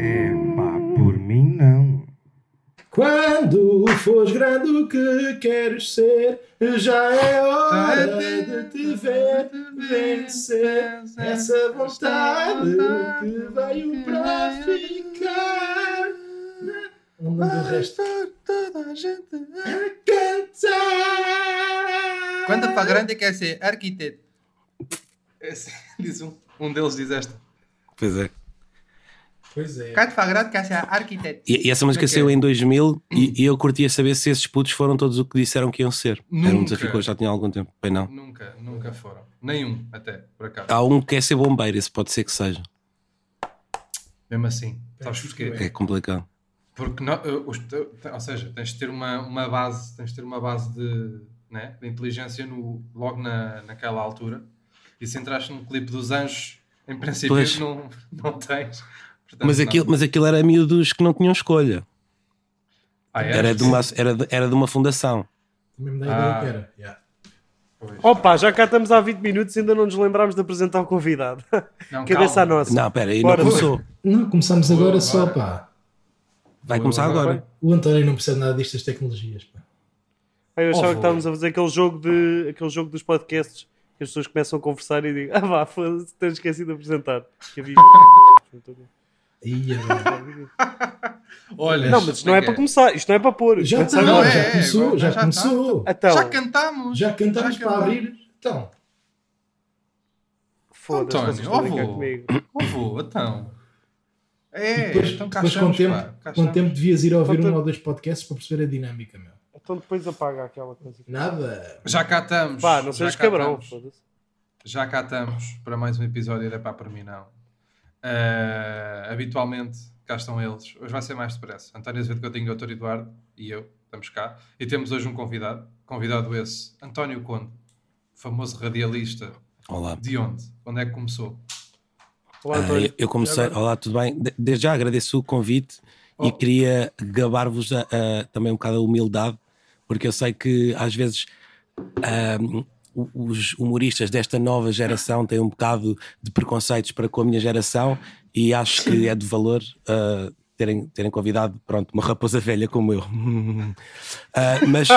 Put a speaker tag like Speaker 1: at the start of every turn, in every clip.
Speaker 1: É pá, por mim não.
Speaker 2: Quando fores grande o que queres ser, já é hora de te ver vencer essa vontade que veio para ficar. Não mando o né? resto.
Speaker 3: toda a gente
Speaker 2: A cantar.
Speaker 3: Quando para grande quer ser arquiteto. Esse, diz um. Um deles diz esta.
Speaker 4: Pois é.
Speaker 2: Pois é.
Speaker 3: Quando para grande quer ser arquiteto.
Speaker 4: E, e essa música
Speaker 3: Ok.
Speaker 4: saiu em 2000 e, e eu curtia saber se esses putos foram todos o que disseram que iam ser. Era
Speaker 3: Nunca.
Speaker 4: um desafio que eu já tinha há algum tempo. Bem, não.
Speaker 3: Nunca, nunca foram. Nenhum, até, por acaso.
Speaker 4: Há um que quer ser bombeiro, esse pode ser que seja.
Speaker 3: Mesmo assim. Sabes porquê?
Speaker 4: É complicado.
Speaker 3: Porque não, eh, os- te- ou seja, tens de ter uma, uma base, tens de ter uma base de, né, de inteligência no, logo na, naquela altura. E se entraste num clipe dos anjos, em princípio
Speaker 4: Pois.
Speaker 3: não, não tens. Portanto,
Speaker 4: Mas
Speaker 3: não.
Speaker 4: aquilo, mas aquilo era miúdos que não tinham escolha.
Speaker 3: Ah, é?
Speaker 4: Era de uma, era de, era de uma fundação.
Speaker 2: Mesmo da ideia
Speaker 3: Ah.
Speaker 2: que era. Yeah.
Speaker 3: Pois.
Speaker 5: Opa, já cá estamos há 20 minutos e ainda não nos lembramos de apresentar o convidado.
Speaker 3: Não,
Speaker 5: Cabeça
Speaker 3: calma.
Speaker 5: à nossa.
Speaker 4: Não, pera, aí não
Speaker 5: Bora.
Speaker 4: começou.
Speaker 2: Não, começamos agora,
Speaker 3: Boa,
Speaker 2: só,
Speaker 3: agora.
Speaker 2: pá.
Speaker 4: Vai começar agora.
Speaker 2: O António não percebe nada destas tecnologias, pá.
Speaker 5: Ai, Eu achava
Speaker 3: Oh,
Speaker 5: que estávamos a fazer aquele jogo, de, aquele jogo dos podcasts que as pessoas começam a conversar e digam: Ah, vá, foda-se, tenho esquecido de apresentar. Que havia-
Speaker 2: Ia, bem.
Speaker 3: Olha,
Speaker 5: não, mas isto não é para
Speaker 3: como é
Speaker 5: começar, isto não é para pôr.
Speaker 2: já
Speaker 5: Começa
Speaker 2: está,
Speaker 3: Não,
Speaker 5: agora.
Speaker 3: é,
Speaker 2: já
Speaker 3: é,
Speaker 2: começou,
Speaker 3: agora
Speaker 2: já,
Speaker 3: já está.
Speaker 2: começou.
Speaker 3: que é?
Speaker 5: Então,
Speaker 3: Já cantámos.
Speaker 2: Já cantamos
Speaker 3: Já
Speaker 2: para
Speaker 3: cantamos.
Speaker 2: abrir. Então,
Speaker 5: foda-se,
Speaker 3: António,
Speaker 5: vocês estão a brincar
Speaker 3: ó,
Speaker 5: comigo.
Speaker 3: Oh, vou, então.
Speaker 2: e
Speaker 3: É,
Speaker 2: depois,
Speaker 3: então cá
Speaker 2: depois com o
Speaker 3: estamos,
Speaker 2: tempo,
Speaker 3: pá, cá
Speaker 2: com o
Speaker 3: estamos.
Speaker 2: tempo devias ir ouvir
Speaker 5: Então-
Speaker 2: um ou dois podcasts para perceber a dinâmica, meu.
Speaker 5: Então depois apaga aquela coisa.
Speaker 2: Nada.
Speaker 3: Já cá estamos.
Speaker 5: Pá, não
Speaker 3: já
Speaker 5: sejas
Speaker 3: cá
Speaker 5: cabrão.
Speaker 3: estamos.
Speaker 5: foda-se.
Speaker 3: Já cá estamos para mais um episódio da Pá Por Mim Não. Eh, habitualmente cá estão eles. Hoje vai ser mais depressa. António Azevedo Coutinho, Doutor Eduardo e eu estamos cá. E temos hoje um convidado. Convidado esse, António Conde, famoso radialista.
Speaker 4: Olá.
Speaker 3: De onde? Onde é que começou?
Speaker 5: Olá,
Speaker 4: Ah,
Speaker 5: António.
Speaker 4: eu- eu comecei. Olá, tudo bem? De- Desde já agradeço o convite
Speaker 3: Oh.
Speaker 4: e queria gabar-vos a- a- também um bocado a humildade, porque eu sei que às vezes ahm, o- os humoristas desta nova geração têm um bocado de preconceitos para com a minha geração e acho que é de valor. ah, terem, terem convidado, pronto, uma raposa velha como eu. Ah, mas,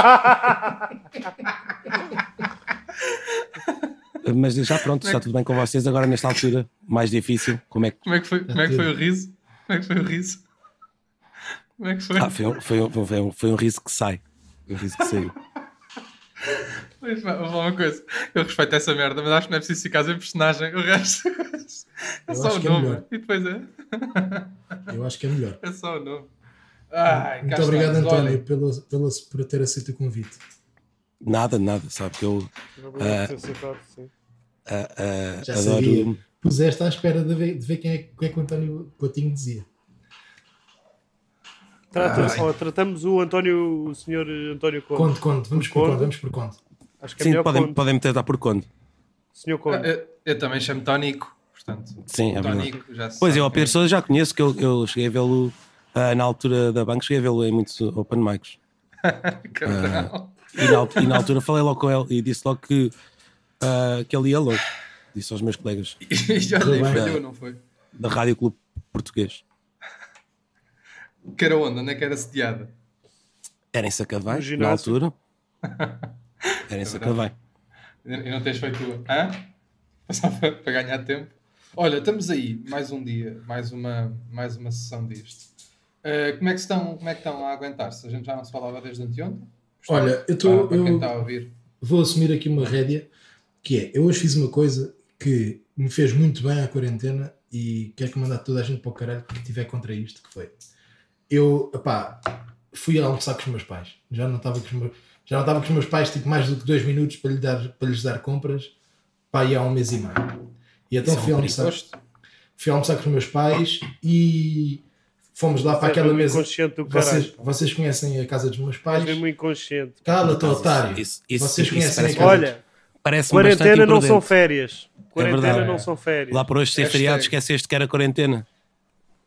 Speaker 4: mas já pronto, está tudo bem com vocês. Agora, nesta altura, mais difícil, como é que
Speaker 3: Como é que foi, como é que foi o riso? Como é que foi o riso? Como é que foi?
Speaker 4: Ah, foi, um- foi, um- foi, um- foi um riso que sai. Um riso que saiu.
Speaker 3: Pois, mas, vou falar uma coisa. Eu respeito essa merda, mas acho que não é preciso ficar em personagem. O resto é
Speaker 2: Eu
Speaker 3: só
Speaker 2: acho
Speaker 3: o
Speaker 2: que é
Speaker 3: nome.
Speaker 2: melhor.
Speaker 3: e depois é.
Speaker 2: Eu acho que é melhor.
Speaker 3: É só o nome. Ai, cá
Speaker 2: Muito obrigado,
Speaker 3: estamos. Olhem,
Speaker 2: António, pelo, pelo- por ter aceito o convite.
Speaker 4: Nada, nada, sabe? Que eu
Speaker 5: Obrigado por ter aceitado, sim.
Speaker 4: ah, ah,
Speaker 2: Já
Speaker 4: adoro.
Speaker 2: sabia. Puseste à espera de ver, de ver quem, é, quem é que o António Coutinho dizia.
Speaker 5: Trata- ó, oh, Tratamos o António, o senhor eh, António Conde.
Speaker 2: Conto, conto, vamos por
Speaker 5: Conto.
Speaker 2: conto, vamos por conto.
Speaker 5: Acho que é
Speaker 4: Sim,
Speaker 5: melhor
Speaker 4: podem,
Speaker 5: Conde.
Speaker 4: podem me tratar por conde.
Speaker 5: Senhor Conde.
Speaker 3: Eu, eu também chamo Tónico, portanto.
Speaker 4: Sim, é verdade.
Speaker 3: Tónico, já se
Speaker 4: Pois
Speaker 3: sabe
Speaker 4: é, o
Speaker 3: quem
Speaker 4: Pedro Sousa já conheço, que eu, eu cheguei a vê-lo ah, na altura da banca, cheguei a vê-lo em muitos open mics.
Speaker 2: Ah.
Speaker 3: Caralho.
Speaker 4: E na, al- e na altura falei logo com ele e disse logo que, ah, que ele ia logo. Disse aos meus colegas
Speaker 3: E já nem
Speaker 2: Tudo bem.
Speaker 3: falhou, não foi?
Speaker 4: da Rádio Clube Português.
Speaker 3: Que era onde? Onde é que era sediada?
Speaker 4: Era em Sacavém,
Speaker 5: ginásio.
Speaker 4: na altura.
Speaker 5: É
Speaker 4: Era em Sacavém.
Speaker 3: E e não tens feito. Hã? Só para, para ganhar tempo. Olha, estamos aí, mais um dia, mais uma, mais uma sessão disto. Ah, como, é que estão, como é que estão a aguentar-se? A gente já não se falava desde anteontem?
Speaker 2: Olha, eu
Speaker 3: Para,
Speaker 2: estou.
Speaker 3: Ah, para quem está a ouvir.
Speaker 2: vou assumir aqui uma rédea, que é, eu hoje fiz uma coisa que me fez muito bem à quarentena e quero que mandar toda a gente para o caralho que tiver contra isto, que foi. Eu, pá, fui almoçar com os meus pais. Já não estava com os meus, já não estava com os meus pais tipo mais do que dois minutos para, lhe dar, para lhes dar compras, pá, e há um mês e meio. E então
Speaker 4: Isso é um
Speaker 2: fui almoçar,
Speaker 3: Gosto?
Speaker 2: fui almoçar com os meus pais e fomos lá para
Speaker 4: é um
Speaker 2: aquela mesa.
Speaker 5: Inconsciente do caralho.
Speaker 2: Vocês, vocês conhecem a casa dos meus pais?
Speaker 5: Estás
Speaker 4: é
Speaker 5: mesmo inconsciente.
Speaker 2: Cala-te, otário.
Speaker 4: Isso- isso-
Speaker 2: vocês
Speaker 4: isso
Speaker 2: conhecem
Speaker 4: parece
Speaker 2: a casa
Speaker 5: Olha,
Speaker 4: Parece-me bastante
Speaker 5: quarentena não são
Speaker 4: imprudente.
Speaker 2: É
Speaker 5: férias. Quarentena
Speaker 4: verdade.
Speaker 5: não são férias.
Speaker 4: Lá por hoje ser
Speaker 3: Hashtag.
Speaker 4: feriado, esqueceste que era quarentena.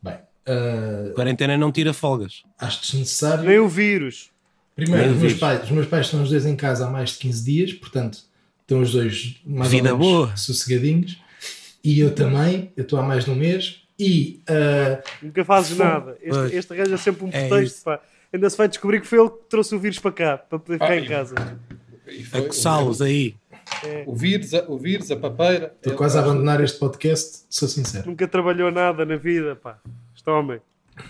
Speaker 2: Bem, ah,
Speaker 4: Quarentena não tira folgas.
Speaker 2: acho desnecessário.
Speaker 5: Nem o vírus.
Speaker 2: Primeiro,
Speaker 4: Nem
Speaker 2: os meus,
Speaker 4: vejo.
Speaker 2: pais, os meus pais estão os dois em casa há mais de 15 dias, portanto, estão os dois mais
Speaker 4: Vida
Speaker 2: ou menos
Speaker 4: boa.
Speaker 2: sossegadinhos. E eu também, eu estou há mais de um mês. E ah,
Speaker 5: Nunca fazes
Speaker 2: Fogo.
Speaker 5: nada.
Speaker 4: Pois.
Speaker 5: Este, este arranja sempre um
Speaker 4: É
Speaker 5: pretexto. pá. Ainda se vai descobrir que foi ele que trouxe o vírus para cá, para poder ficar
Speaker 3: Ah,
Speaker 5: em
Speaker 3: e-
Speaker 5: casa.
Speaker 3: E foi
Speaker 4: A
Speaker 3: o-
Speaker 4: coçá-los aí.
Speaker 5: É.
Speaker 3: O vírus, a- o vírus, a papeira.
Speaker 2: estou
Speaker 3: Ele-
Speaker 2: quase a abandonar este podcast, sou sincero.
Speaker 5: Nunca trabalhou nada na vida, pá. Este homem.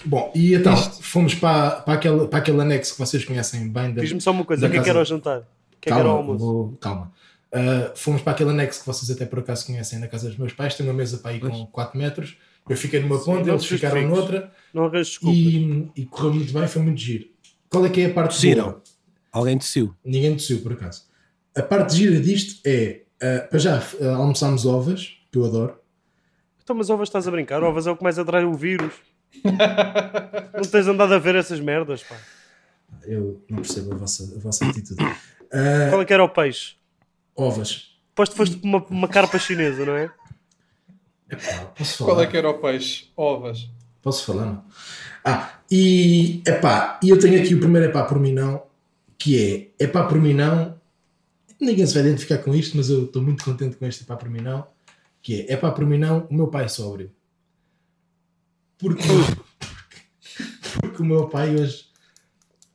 Speaker 2: Bom, e então,
Speaker 3: Isto.
Speaker 2: fomos para, para, aquele, para aquele anexo que vocês conhecem bem. Da,
Speaker 5: Diz-me só uma coisa:
Speaker 2: da
Speaker 5: o que é que
Speaker 2: casa.
Speaker 5: era o jantar? O que é que era o
Speaker 2: calma,
Speaker 5: almoço?
Speaker 2: vou- calma. Ah, fomos para aquele anexo que vocês até por acaso conhecem na casa dos meus pais. Tem uma mesa para aí com 4 metros. Eu fiquei numa ponta,
Speaker 5: não
Speaker 2: eles
Speaker 5: te
Speaker 2: ficaram
Speaker 5: justifiques.
Speaker 2: noutra.
Speaker 5: Não arranjo desculpas.
Speaker 2: E, e correu muito bem, foi muito giro. Qual é que é a parte
Speaker 4: Tossiram.
Speaker 2: boa?
Speaker 4: Alguém tossiu.
Speaker 2: Ninguém tossiu, por acaso. A parte gira disto é, ah, para já, ah, almoçámos ovas, que eu adoro.
Speaker 5: Então, mas ovas estás a brincar? Ovas é o que mais atrai o vírus. não tens andado a ver essas merdas, pá.
Speaker 2: Eu não percebo a vossa, a vossa atitude. Ah,
Speaker 5: Qual é que era o peixe?
Speaker 2: ovas.
Speaker 5: Aposto que foste com uma, uma carpa chinesa, não é?
Speaker 2: Epá, posso falar?
Speaker 3: Qual é que era o peixe? Ovas.
Speaker 2: Posso falar, não? Ah, e, epá, e eu tenho aqui o primeiro epá por mim não, que é epá por mim não, ninguém se vai identificar com isto, mas eu estou muito contente com este epá por mim não, que é epá por mim não, o meu pai é sóbrio. Porque, porque o meu pai hoje,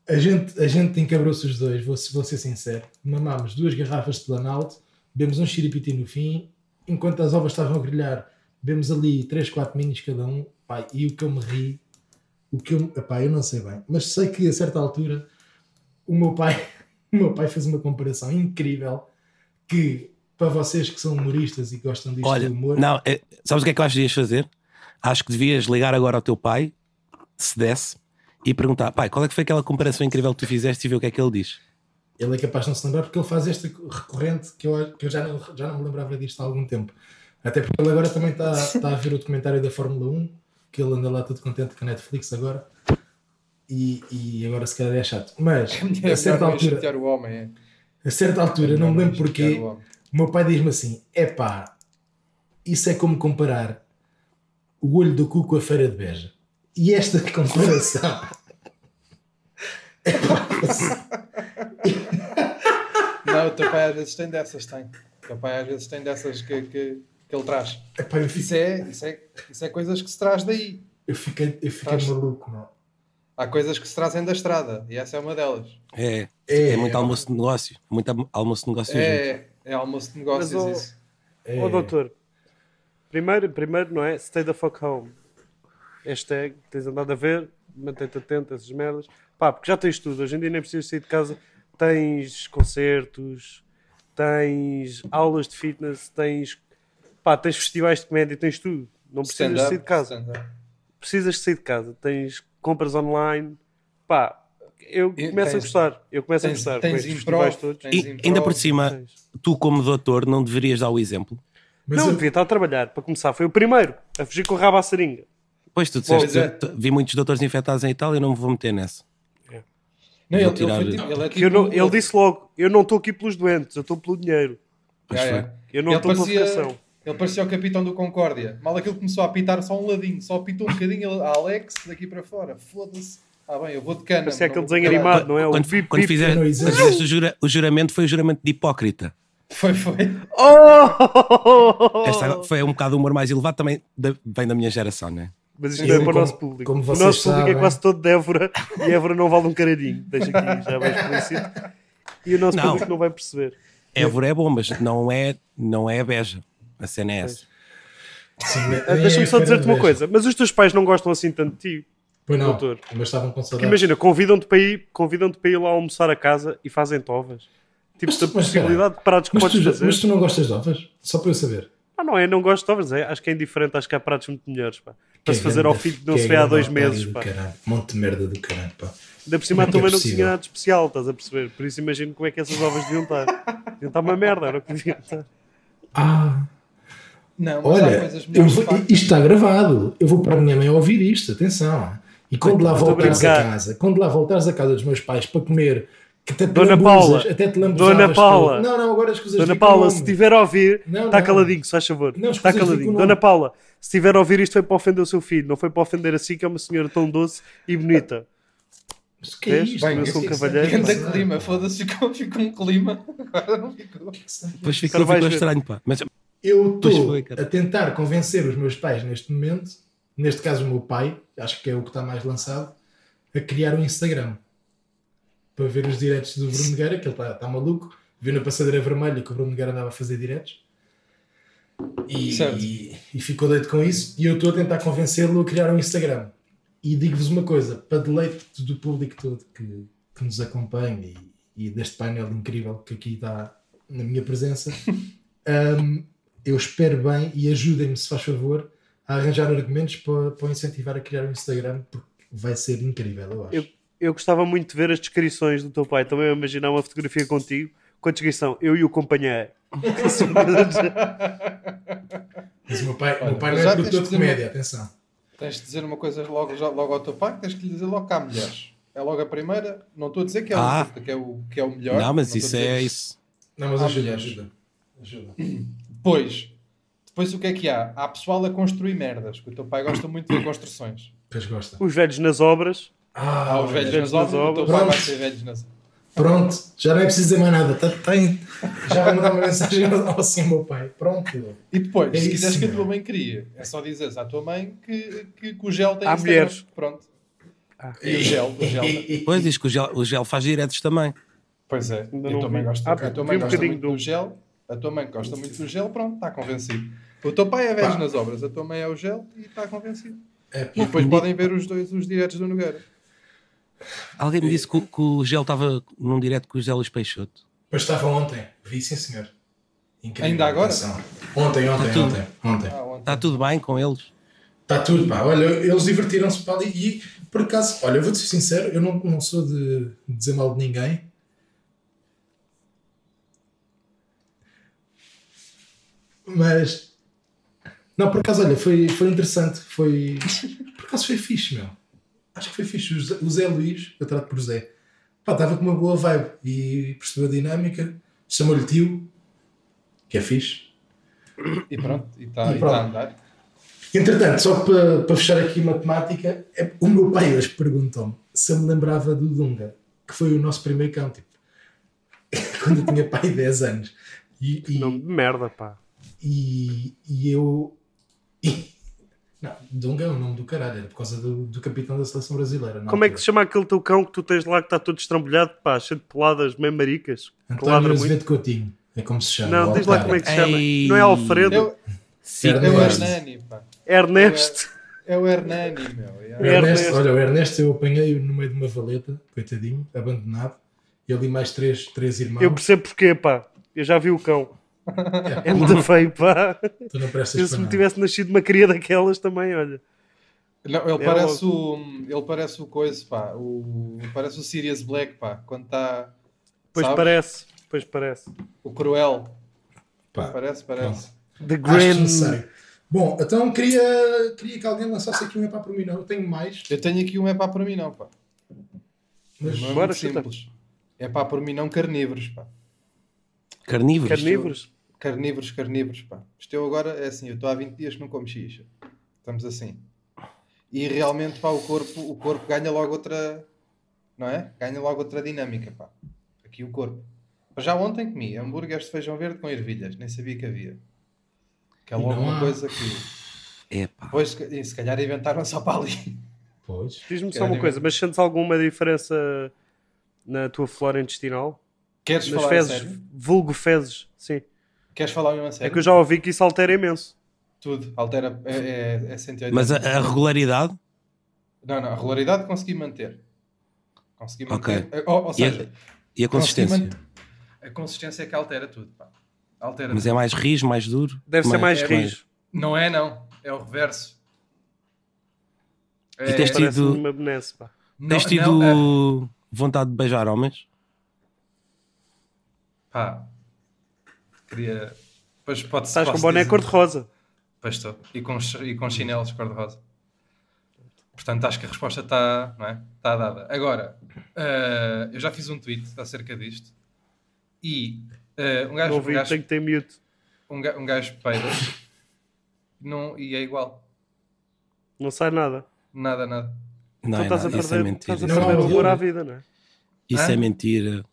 Speaker 2: a gente, a gente encabrou-se os dois, vou, vou ser sincero, mamámos duas garrafas de Planalto, bebemos um xiripiti no fim, enquanto as ovas estavam a grelhar, bebemos ali 3, 4 minis cada um, pá, e o que eu me ri, o que eu, epá, eu não sei bem, mas sei que a certa altura o meu pai, o meu pai fez uma comparação incrível que para vocês que são humoristas e que gostam disto
Speaker 4: Olha,
Speaker 2: de humor,
Speaker 4: não, é- sabes o que é que eu acho que devias fazer? Acho que devias ligar agora ao teu pai, se desse, e perguntar: pai, qual é que foi aquela comparação incrível que tu fizeste e ver o que é que ele diz?
Speaker 2: ele é capaz de não se lembrar porque ele faz esta recorrente que eu, que eu já, não, já não me lembrava disto há algum tempo. Até porque ele agora também está, está a ver o documentário da Fórmula 1, que ele anda lá todo contente com a Netflix agora. E, e agora se calhar é chato. Mas
Speaker 3: É
Speaker 2: a certa
Speaker 3: melhor
Speaker 2: altura,
Speaker 3: chatear o homem, é.
Speaker 2: a certa altura, não me lembro
Speaker 3: Chatear
Speaker 2: porquê,
Speaker 3: o homem.
Speaker 2: o meu pai diz-me assim: epá, isso é como comparar o olho do cu com a feira de Beja. E esta comparação.
Speaker 3: Não, o teu pai às vezes tem dessas, tem. O teu pai às vezes tem dessas que, que, que ele traz.
Speaker 2: Epá, eu
Speaker 3: Isso
Speaker 2: fiquei,
Speaker 3: é, isso, é, isso é coisas que se traz daí.
Speaker 2: eu fiquei, eu fiquei
Speaker 3: Faz-
Speaker 2: maluco, não.
Speaker 3: Há coisas que se trazem da estrada e essa é uma delas.
Speaker 4: É,
Speaker 2: É,
Speaker 4: é muito almoço de negócio. Muito am- almoço de negócio. junto.
Speaker 3: É, é almoço de negócios
Speaker 5: Mas, oh,
Speaker 3: isso.
Speaker 2: é-
Speaker 5: Ó doutor, primeiro, primeiro, não é? Stay the fuck home. Hashtag, tens andado a ver, mantém-te atento a essas merdas. Pá, porque já tens tudo, hoje em dia nem precisas sair de casa. Tens concertos, tens aulas de fitness, tens. Pá, tens festivais de comédia, tens tudo. Não precisas de
Speaker 3: Stand-up,
Speaker 5: sair um de casa.
Speaker 3: stand-up.
Speaker 5: Precisas de sair de casa, tens compras online. Pá, eu
Speaker 3: E
Speaker 5: começo a
Speaker 3: tens-
Speaker 5: gostar. Eu começo a
Speaker 3: tens-
Speaker 5: gostar com
Speaker 3: tens
Speaker 5: estes
Speaker 3: improv,
Speaker 5: festivais todos.
Speaker 3: tens-
Speaker 4: E
Speaker 3: Mas
Speaker 4: ainda por
Speaker 3: improv-
Speaker 4: cima,
Speaker 5: Tens.
Speaker 4: tu, como doutor, não deverias dar o exemplo.
Speaker 2: Mas
Speaker 5: não,
Speaker 2: eu-
Speaker 5: devia estar a trabalhar, para começar. Foi o primeiro a fugir com o rabo à seringa.
Speaker 4: Pois tu disseste,
Speaker 3: Pois é.
Speaker 4: eu t- vi muitos doutores infectados em Itália, não me vou meter nessa.
Speaker 3: Não, ele,
Speaker 4: Vou
Speaker 3: ele,
Speaker 4: tirar-
Speaker 3: foi tipo- ele é
Speaker 5: Que eu
Speaker 3: tipo
Speaker 5: não-
Speaker 3: um-
Speaker 5: ele disse logo: Eu não estou aqui pelos doentes, eu estou pelo dinheiro.
Speaker 4: Pois
Speaker 3: Já
Speaker 4: foi.
Speaker 3: é.
Speaker 5: Eu não
Speaker 3: Ele
Speaker 5: estou pela
Speaker 3: parecia-
Speaker 5: vocação.
Speaker 3: Ele parecia o capitão do Concórdia. Mal aquilo começou a apitar só um ladinho, só apitou um bocadinho ele- a Alex daqui para fora. Foda-se. Ah, bem, eu vou de cana.
Speaker 5: Parecia
Speaker 3: mas não
Speaker 5: aquele
Speaker 3: vou de
Speaker 5: desenho
Speaker 3: caralho.
Speaker 5: animado, não é? O
Speaker 4: Quando,
Speaker 5: bip,
Speaker 4: quando
Speaker 5: bip.
Speaker 4: fizeste,
Speaker 2: não
Speaker 4: quando
Speaker 2: existe.
Speaker 4: fizeste o, jura- o juramento, foi o juramento de hipócrita.
Speaker 3: Foi, foi.
Speaker 5: Oh!
Speaker 4: Esta foi um bocado o humor mais elevado, também da- vem da minha geração, né?
Speaker 5: Mas isto
Speaker 2: Sim,
Speaker 5: é para
Speaker 2: como-
Speaker 5: o nosso público.
Speaker 2: como
Speaker 5: o
Speaker 2: vocês
Speaker 5: nosso público
Speaker 2: sabem.
Speaker 5: é quase todo de Évora e Évora não vale um caralhinho. Deixa aqui, já vai explícito. E o nosso
Speaker 4: Não.
Speaker 5: público não vai perceber.
Speaker 4: Évora é bom, mas não é, não é a Beja. A cena é essa.
Speaker 2: Sim, nem-
Speaker 5: Ah,
Speaker 2: nem
Speaker 5: Deixa-me
Speaker 2: é
Speaker 5: só
Speaker 2: feira
Speaker 5: dizer-te
Speaker 2: de
Speaker 5: uma
Speaker 2: Beja.
Speaker 5: coisa: mas os teus pais não gostam assim tanto de ti.
Speaker 2: Pois não,
Speaker 5: doutor.
Speaker 2: mas estavam com
Speaker 5: Porque
Speaker 2: saudades.
Speaker 5: imagina, convidam-te para ir, convidam-te para ir lá almoçar a casa e fazem tovas. Tipo,
Speaker 2: Mas
Speaker 5: da
Speaker 2: tu- mas espera aí.
Speaker 5: possibilidade de pratos que
Speaker 2: mas,
Speaker 5: podes
Speaker 2: tu,
Speaker 5: fazer.
Speaker 2: mas tu não gostas de ovas? Só para eu saber.
Speaker 5: Ah, não é, não gosto de tovas. É, acho que é indiferente, acho que há pratos muito melhores, pá. Para se
Speaker 2: Que é
Speaker 5: fazer
Speaker 2: grande-
Speaker 5: ao filho que não
Speaker 2: que
Speaker 5: se vê há
Speaker 2: grande
Speaker 5: dois
Speaker 2: otário
Speaker 5: meses,
Speaker 2: do
Speaker 5: pá.
Speaker 2: caralho. Um Monte de merda do caralho, pá.
Speaker 5: Ainda por cima
Speaker 2: Como é
Speaker 5: a
Speaker 2: que
Speaker 5: tua
Speaker 2: é
Speaker 5: mãe não cozinha
Speaker 2: possível?
Speaker 5: nada de especial, estás a perceber? Por isso imagino como é que essas ovas deviam estar. Deviam estar uma merda, era o que deviam estar.
Speaker 2: Ah,
Speaker 3: Não, mas há
Speaker 2: olha,
Speaker 3: coisas
Speaker 2: eu
Speaker 3: melhores.
Speaker 2: vou-
Speaker 3: de facto.
Speaker 2: isto está gravado. Eu vou para a minha mãe ouvir isto, atenção. ah. E quando lá
Speaker 5: Estou a
Speaker 2: voltares a
Speaker 5: brincar.
Speaker 2: casa, quando lá voltares a casa dos meus pais para comer Que até te
Speaker 5: Dona
Speaker 2: lambuzas,
Speaker 5: Paula.
Speaker 2: até te lambuzavas
Speaker 5: Dona
Speaker 2: todo.
Speaker 5: Paula.
Speaker 2: Não, não, agora escusas
Speaker 5: Dona
Speaker 2: digo o
Speaker 5: Paula,
Speaker 2: nome.
Speaker 5: se estiver a ouvir,
Speaker 2: Não,
Speaker 5: está
Speaker 2: não.
Speaker 5: caladinho, se faz favor.
Speaker 2: Não,
Speaker 5: Está
Speaker 2: escusas, digo o
Speaker 5: caladinho.
Speaker 2: nome.
Speaker 5: Dona Paula, se estiver a ouvir, isto foi para ofender o seu filho, não foi para ofender a si, que é uma senhora tão doce e bonita.
Speaker 2: Mas o que é
Speaker 5: Vês?
Speaker 2: isto?
Speaker 5: Bem, eu
Speaker 2: Mas o
Speaker 5: sou
Speaker 2: que é
Speaker 5: um
Speaker 2: que se
Speaker 5: cavalheiro.
Speaker 2: está a
Speaker 3: Grande
Speaker 2: passar?
Speaker 3: clima, foda-se, ficou, ficou um clima. Agora não ficou.
Speaker 2: O que é que se está a
Speaker 4: Depois
Speaker 5: Agora
Speaker 4: ficou,
Speaker 5: vais
Speaker 4: ficou
Speaker 5: ver. É
Speaker 4: estranho, pá. Mas
Speaker 2: Eu
Speaker 4: Pois
Speaker 2: estou
Speaker 4: foi, cara.
Speaker 2: a tentar convencer os meus pais neste momento, neste caso o meu pai, acho que é o que está mais lançado, a criar um Instagram para ver os diretos do Bruno Nogueira, que ele está está maluco, viu na passadeira vermelha que o Bruno Nogueira andava a fazer diretos e,
Speaker 3: Certo.
Speaker 2: e- e ficou doido com isso. E eu estou a tentar convencê-lo a criar um Instagram. E digo-vos uma coisa, para deleite do público todo que, que nos acompanha e, e deste painel incrível que aqui está na minha presença, hum, eu espero bem e ajudem-me, se faz favor, a arranjar argumentos para, para incentivar a criar um Instagram, porque vai ser incrível, eu acho.
Speaker 5: Eu- Eu gostava muito de ver as descrições do teu pai, também a imaginar uma fotografia contigo, com a descrição, eu e o companheiro.
Speaker 2: Mas o meu pai, o meu
Speaker 3: Olha,
Speaker 2: pai
Speaker 3: mas
Speaker 2: não
Speaker 3: já
Speaker 2: é produtor
Speaker 3: tens
Speaker 2: de
Speaker 3: de dizer
Speaker 2: comédia, atenção.
Speaker 3: Tens de dizer uma coisa logo, já- logo ao teu pai, que tens que lhe dizer logo que há mulheres. É logo a primeira. Não estou a dizer que é,
Speaker 4: Ah.
Speaker 3: o, que é, o, que é o melhor.
Speaker 4: não, mas
Speaker 3: estou a
Speaker 4: isso
Speaker 3: dizer
Speaker 4: é
Speaker 3: que-
Speaker 4: isso.
Speaker 2: Não, mas
Speaker 3: Há
Speaker 2: ajuda,
Speaker 3: Ah, mulheres.
Speaker 2: ajuda. ajuda.
Speaker 3: Depois, depois o que é que há? Há pessoal a construir merdas, que o teu pai gosta muito de construções.
Speaker 2: Pois gosta.
Speaker 5: Os velhos nas obras,
Speaker 2: Ah,
Speaker 3: Há os velhos
Speaker 5: velhos
Speaker 3: nas
Speaker 5: nas
Speaker 3: obras, então o teu pai
Speaker 2: obras.
Speaker 3: vai ser velhos nas obras.
Speaker 2: Pronto, já não é preciso dizer mais nada. Tá, tá em- Já vai mandar uma mensagem ao, ao seu meu pai. Pronto.
Speaker 3: E depois,
Speaker 2: É
Speaker 3: se
Speaker 2: isso,
Speaker 3: quiseres que a
Speaker 2: meu.
Speaker 3: tua mãe cria, é só dizeres à tua mãe que, que, que o gel tem
Speaker 5: Há
Speaker 3: Instagram.
Speaker 5: mulheres. Ah.
Speaker 3: Pronto. E o gel, o gel.
Speaker 4: Pois diz que o gel, o gel faz diretos também.
Speaker 3: Pois é,
Speaker 5: Ainda
Speaker 3: e
Speaker 5: não
Speaker 3: a tua mãe
Speaker 5: vi.
Speaker 3: gosta,
Speaker 5: Ah,
Speaker 3: a tua mãe
Speaker 5: vi um
Speaker 3: gosta
Speaker 5: bocadinho
Speaker 3: muito
Speaker 5: do-
Speaker 3: do gel, a tua mãe gosta muito do gel, pronto, está convencido. O teu pai é velho nas obras, a tua mãe é o gel e está convencido.
Speaker 2: É,
Speaker 3: E depois podem ver os dois os diretos do Nogueira.
Speaker 4: Alguém me disse que, o- que o gel estava num direto com o José Luís Peixoto.
Speaker 2: Mas estava ontem. Vi, sim, senhor. Incrível.
Speaker 3: Ainda agora?
Speaker 2: Atenção. Ontem, ontem,
Speaker 4: tudo.
Speaker 2: ontem, ontem.
Speaker 3: Ah, ontem.
Speaker 4: Está Tá tudo bem com eles?
Speaker 2: Está Tá tudo, pá. Olha, eles divertiram-se para ali e, por acaso, olha, eu vou-te ser sincero, eu não, não sou de dizer mal de ninguém. Mas, não, por acaso, olha, foi, foi interessante. Foi, por acaso, foi fixe, meu. Acho que foi fixe. O Zé, o Zé Luís, eu trato por Zé, pá, estava com uma boa vibe e percebeu a dinâmica, chamou-lhe tio, que é fixe.
Speaker 3: E pronto, e está
Speaker 2: E
Speaker 3: e
Speaker 2: pronto.
Speaker 3: tá a andar.
Speaker 2: Entretanto, só para, para fechar aqui matemática, é- o meu pai hoje perguntou-me se eu me lembrava do Dunga, que foi o nosso primeiro cão, tipo, quando eu tinha pai 10 anos. E, e-
Speaker 5: nome de merda, pá.
Speaker 2: e, e eu. e- não, Dunga é o nome do caralho, era por causa do, do capitão da seleção brasileira. na
Speaker 5: Como é que
Speaker 2: altura.
Speaker 5: se chama aquele teu cão que tu tens lá que está todo estrambulhado, pá, cheio de peladas, meio maricas? Que
Speaker 2: António
Speaker 5: ladra muito.
Speaker 2: Azevedo Coutinho, é como se chama.
Speaker 5: Não,
Speaker 2: o
Speaker 5: diz lá
Speaker 2: otário.
Speaker 5: como é que se chama.
Speaker 4: Ei.
Speaker 5: Não é Alfredo,
Speaker 3: Eu,
Speaker 4: Sim,
Speaker 2: Era
Speaker 3: é o
Speaker 2: Ernesto.
Speaker 3: Hernani, pá.
Speaker 5: Ernesto.
Speaker 3: É o Hernani, meu.
Speaker 2: O
Speaker 3: Yeah.
Speaker 5: É.
Speaker 2: Ernesto,
Speaker 5: Ernesto.
Speaker 2: olha, o Ernesto eu apanhei no meio de uma valeta, coitadinho, abandonado. Ele e mais três, três irmãos.
Speaker 5: Eu percebo porquê, pá. Eu já vi o cão.
Speaker 2: É,
Speaker 5: É muito feio, pá.
Speaker 2: tu não
Speaker 5: Eu
Speaker 2: prestas
Speaker 5: se
Speaker 2: para
Speaker 5: me
Speaker 2: nada.
Speaker 5: tivesse nascido uma cria daquelas também, olha.
Speaker 3: Não, ele,
Speaker 5: É
Speaker 3: parece o, ele parece o coisa, pá. O, parece o Sirius Black, pá. Quando está
Speaker 5: Pois
Speaker 3: Sabes?
Speaker 5: parece, pois parece.
Speaker 3: o Cruel.
Speaker 2: Pá,
Speaker 3: Parece, parece.
Speaker 5: The
Speaker 2: Acho
Speaker 5: Grand.
Speaker 2: desnecessário. Bom, então queria, queria que alguém lançasse aqui um epá por mim, não. Eu tenho mais,
Speaker 3: Eu tenho aqui um é pá para mim, não, pá.
Speaker 2: mas
Speaker 3: Não é
Speaker 5: Bora,
Speaker 3: muito
Speaker 5: chuta.
Speaker 3: simples. É pá, por mim não carnívoros, pá.
Speaker 4: Carnívoros.
Speaker 5: Carnívoros.
Speaker 3: Carnívoros, carnívoros, pá. Isto eu agora é assim, eu estou há 20 dias que não como xixa. Estamos assim. E realmente, pá, o corpo, o corpo ganha logo outra, não é? Ganha logo outra dinâmica, pá. Aqui o corpo. Mas já ontem comi hambúrgueres de feijão verde com ervilhas, nem sabia que havia. Que é
Speaker 2: E
Speaker 3: logo
Speaker 2: não
Speaker 3: uma
Speaker 2: há.
Speaker 3: coisa que...
Speaker 4: Epá.
Speaker 3: Pois, se se calhar inventaram só para ali.
Speaker 2: pois.
Speaker 5: Diz-me só
Speaker 3: Caralho.
Speaker 5: uma coisa, mas sentes alguma diferença na tua flora intestinal?
Speaker 3: Queres
Speaker 5: Nas
Speaker 3: falar a
Speaker 5: fezes?
Speaker 3: sério?
Speaker 5: Vulgo fezes, sim.
Speaker 3: Queres falar mesmo a sério?
Speaker 5: É que eu já ouvi que isso altera imenso.
Speaker 3: Tudo, altera, é, é, é 180.
Speaker 4: Mas a, a regularidade?
Speaker 3: Não, não, a regularidade consegui manter. Consegui manter.
Speaker 4: Ok.
Speaker 3: Eh, Ou, ou
Speaker 4: E a-
Speaker 5: é-
Speaker 3: seja,
Speaker 4: E a
Speaker 3: consegui
Speaker 4: consistência?
Speaker 3: manter- A consistência é que altera tudo, pá. Altera
Speaker 4: Mas é um
Speaker 3: tudo.
Speaker 4: mais rijo, mais duro?
Speaker 5: Deve ser mais
Speaker 3: é
Speaker 5: rijo.
Speaker 3: Não é, não. É o reverso. É,
Speaker 4: E tens tido-
Speaker 5: Parece-me uma benesse, pá.
Speaker 3: não-
Speaker 4: Tens tido
Speaker 3: não, é-
Speaker 4: vontade de beijar homens?
Speaker 3: pá. Queria. Pois pode
Speaker 5: Estás com boné cor-de-rosa.
Speaker 3: Pois estou. E com, ch- e com chinelos cor-de-rosa. Portanto, acho que a resposta está não é? Está dada. Agora, eh, eu já fiz um tweet acerca disto e eh, um gajo,
Speaker 5: Não
Speaker 3: um
Speaker 5: ouvi,
Speaker 3: gajo,
Speaker 5: tenho que ter mute.
Speaker 3: um ga- um gajo peida não, e é igual.
Speaker 5: Não sai nada.
Speaker 3: Nada, nada.
Speaker 4: Não,
Speaker 5: então
Speaker 4: é
Speaker 5: estás a
Speaker 4: nada, isso é
Speaker 5: perder, estás a
Speaker 4: mentira.
Speaker 2: Não,
Speaker 5: perder o
Speaker 2: não.
Speaker 5: amor à vida, não é?
Speaker 4: Isso
Speaker 3: Hã?
Speaker 4: é mentira.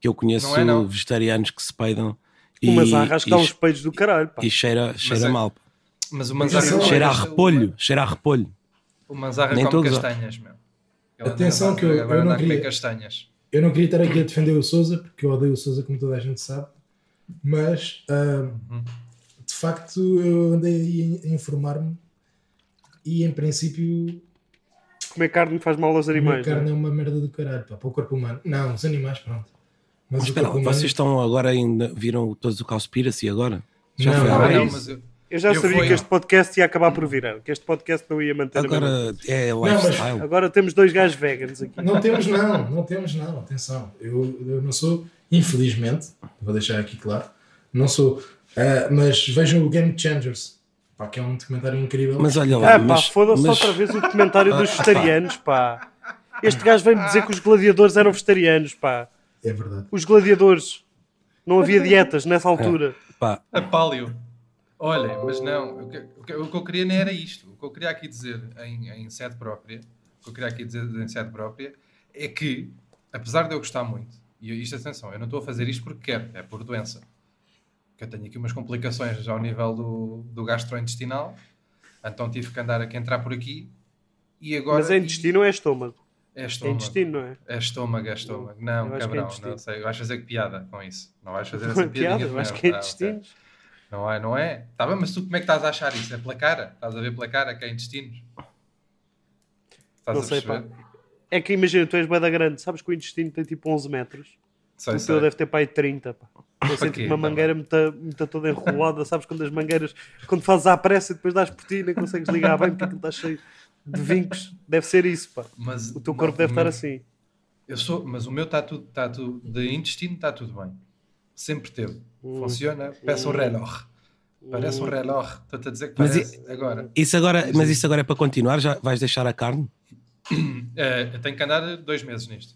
Speaker 4: Que eu conheço
Speaker 3: Não é, não.
Speaker 4: vegetarianos que se peidam e,
Speaker 5: Umas arras que dá
Speaker 4: e-
Speaker 5: uns peidos do caralho, pá.
Speaker 4: e cheira, cheira
Speaker 3: é-
Speaker 4: mal. pá.
Speaker 3: Mas o Manzarra
Speaker 2: Atenção,
Speaker 4: Cheira a
Speaker 3: Este-
Speaker 4: repolho, cheira a repolho.
Speaker 3: O Manzarra
Speaker 4: Nem
Speaker 3: come
Speaker 4: todos-
Speaker 3: castanhas, meu. Ele
Speaker 2: Atenção
Speaker 3: anda-
Speaker 2: que eu-
Speaker 3: agora
Speaker 2: eu não
Speaker 3: anda a comer
Speaker 2: queria-
Speaker 3: castanhas.
Speaker 2: Eu não queria estar aqui a defender o Souza, porque eu odeio o Souza, como toda a gente sabe, mas ahm, de facto eu andei aí a informar-me e em princípio
Speaker 5: Comer carne faz mal aos
Speaker 2: a
Speaker 5: animais. não é?
Speaker 2: carne é uma merda do caralho pá, para o corpo humano. Não, os animais, pronto. Mas
Speaker 4: Mas espera, lá, vocês estão agora ainda viram todos o Cowspiracy agora?
Speaker 2: Não,
Speaker 4: foi
Speaker 2: não,
Speaker 3: Ah,
Speaker 4: agora?
Speaker 3: não,
Speaker 5: isso?
Speaker 3: mas eu-
Speaker 5: Eu já
Speaker 3: Eu
Speaker 5: sabia
Speaker 3: fui-
Speaker 5: que este podcast ia acabar por virar, que este podcast não ia manter a mesma.
Speaker 4: Agora é
Speaker 2: mas-
Speaker 4: lifestyle.
Speaker 5: Agora temos dois gajos veganos aqui.
Speaker 2: Não temos não, não temos não, atenção. Eu, eu não sou, infelizmente, vou deixar aqui claro, não sou, ah, mas vejam o Game Changers, pá, que é um documentário incrível.
Speaker 4: Mas olha lá,
Speaker 5: Ah, pá,
Speaker 4: mas,
Speaker 5: foda-se
Speaker 4: mas- Ah,
Speaker 5: outra vez o comentário dos vegetarianos, pá. Este gajo veio-me dizer que os gladiadores eram vegetarianos, pá.
Speaker 2: É verdade.
Speaker 5: Os gladiadores. Não havia dietas nessa
Speaker 4: É.
Speaker 5: altura.
Speaker 4: pá,
Speaker 3: A palio. Olhem, mas não, o que, o que- o que eu queria nem era isto. O que eu queria aqui dizer em, em sede própria, o que eu queria aqui dizer em sede própria, é que, apesar de eu gostar muito, e eu- isto atenção, eu não estou a fazer isto porque quero, é por doença. Porque eu tenho aqui umas complicações ao nível do, do gastrointestinal, então tive que andar aqui entrar por aqui e agora.
Speaker 5: Mas é intestino ou é estômago?
Speaker 3: É
Speaker 5: É
Speaker 3: estômago.
Speaker 5: intestino, não é?
Speaker 3: É estômago, é estômago.
Speaker 5: eu
Speaker 3: Não,
Speaker 5: acho que é
Speaker 3: cabrão,
Speaker 5: intestino.
Speaker 3: não sei. Vais fazer que piada com isso. Não vais fazer
Speaker 5: Não
Speaker 3: essa
Speaker 5: é
Speaker 3: piadinha
Speaker 5: piada,
Speaker 3: de
Speaker 5: eu acho
Speaker 3: merda.
Speaker 5: que é
Speaker 3: Ah, ok.
Speaker 5: intestinos.
Speaker 3: Não é, não é? Tá bem, mas tu como é que estás a achar isso? É pela cara? Estás a ver pela cara que é intestinos? Estás
Speaker 5: Não
Speaker 3: a
Speaker 5: sei, pá.
Speaker 3: perceber?
Speaker 5: É que imagina, tu és bué da grande, sabes que o intestino tem tipo 11 metros.
Speaker 3: Sei,
Speaker 5: o
Speaker 3: sei.
Speaker 5: teu deve ter para aí 30, pá. Eu sei
Speaker 3: quê?
Speaker 5: tipo uma
Speaker 3: Tá
Speaker 5: mangueira muita, muita toda enrolada, sabes quando as mangueiras, quando fazes à pressa e depois dás por ti e nem consegues ligar bem porque aquilo está cheio de vincos. Deve ser isso, pá.
Speaker 3: Mas
Speaker 5: O teu
Speaker 3: não,
Speaker 5: corpo deve
Speaker 3: o
Speaker 5: estar
Speaker 3: meu-
Speaker 5: assim.
Speaker 3: Eu sou, mas o meu está tudo, está tudo, de intestino está tudo bem. Sempre teve.
Speaker 5: Hum.
Speaker 3: Funciona, parece um reloj. Parece um reloj. Estou-te a dizer que
Speaker 4: Mas
Speaker 3: parece agora.
Speaker 4: isso agora, mas isso agora é para continuar? Já vais deixar a carne?
Speaker 3: Eh, eu tenho que andar dois meses nisto.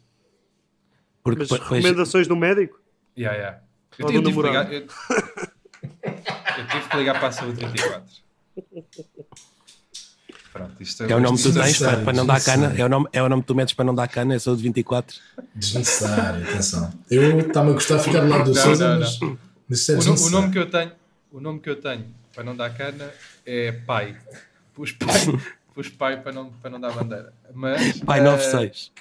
Speaker 4: Porque
Speaker 5: Mas
Speaker 4: depois-
Speaker 5: recomendações do médico?
Speaker 3: Yeah, yeah. Eu,
Speaker 5: Ou
Speaker 3: tive-
Speaker 5: do
Speaker 3: eu tive que
Speaker 5: namorado.
Speaker 3: ligar, eu, eu tive que ligar para a saúde 34. Pronto, isto
Speaker 4: é o nome que tu
Speaker 3: isto-
Speaker 4: tens para, para não dar cana.
Speaker 2: Desnecessário.
Speaker 4: É o, nome, é o nome que tu metes para não dar cana, é saúde 24.
Speaker 2: Desnecessário, atenção. Eu estava a gostar de ficar do lado do
Speaker 3: Não,
Speaker 2: Sousa,
Speaker 3: não,
Speaker 2: mas mas isso é
Speaker 3: O, no- o
Speaker 2: desnecessário.
Speaker 3: nome que eu tenho, o nome que eu tenho para não dar cana é pai. Pus pai, pus pai para não para não dar bandeira. Mas
Speaker 4: Pai
Speaker 3: eh,
Speaker 4: 96.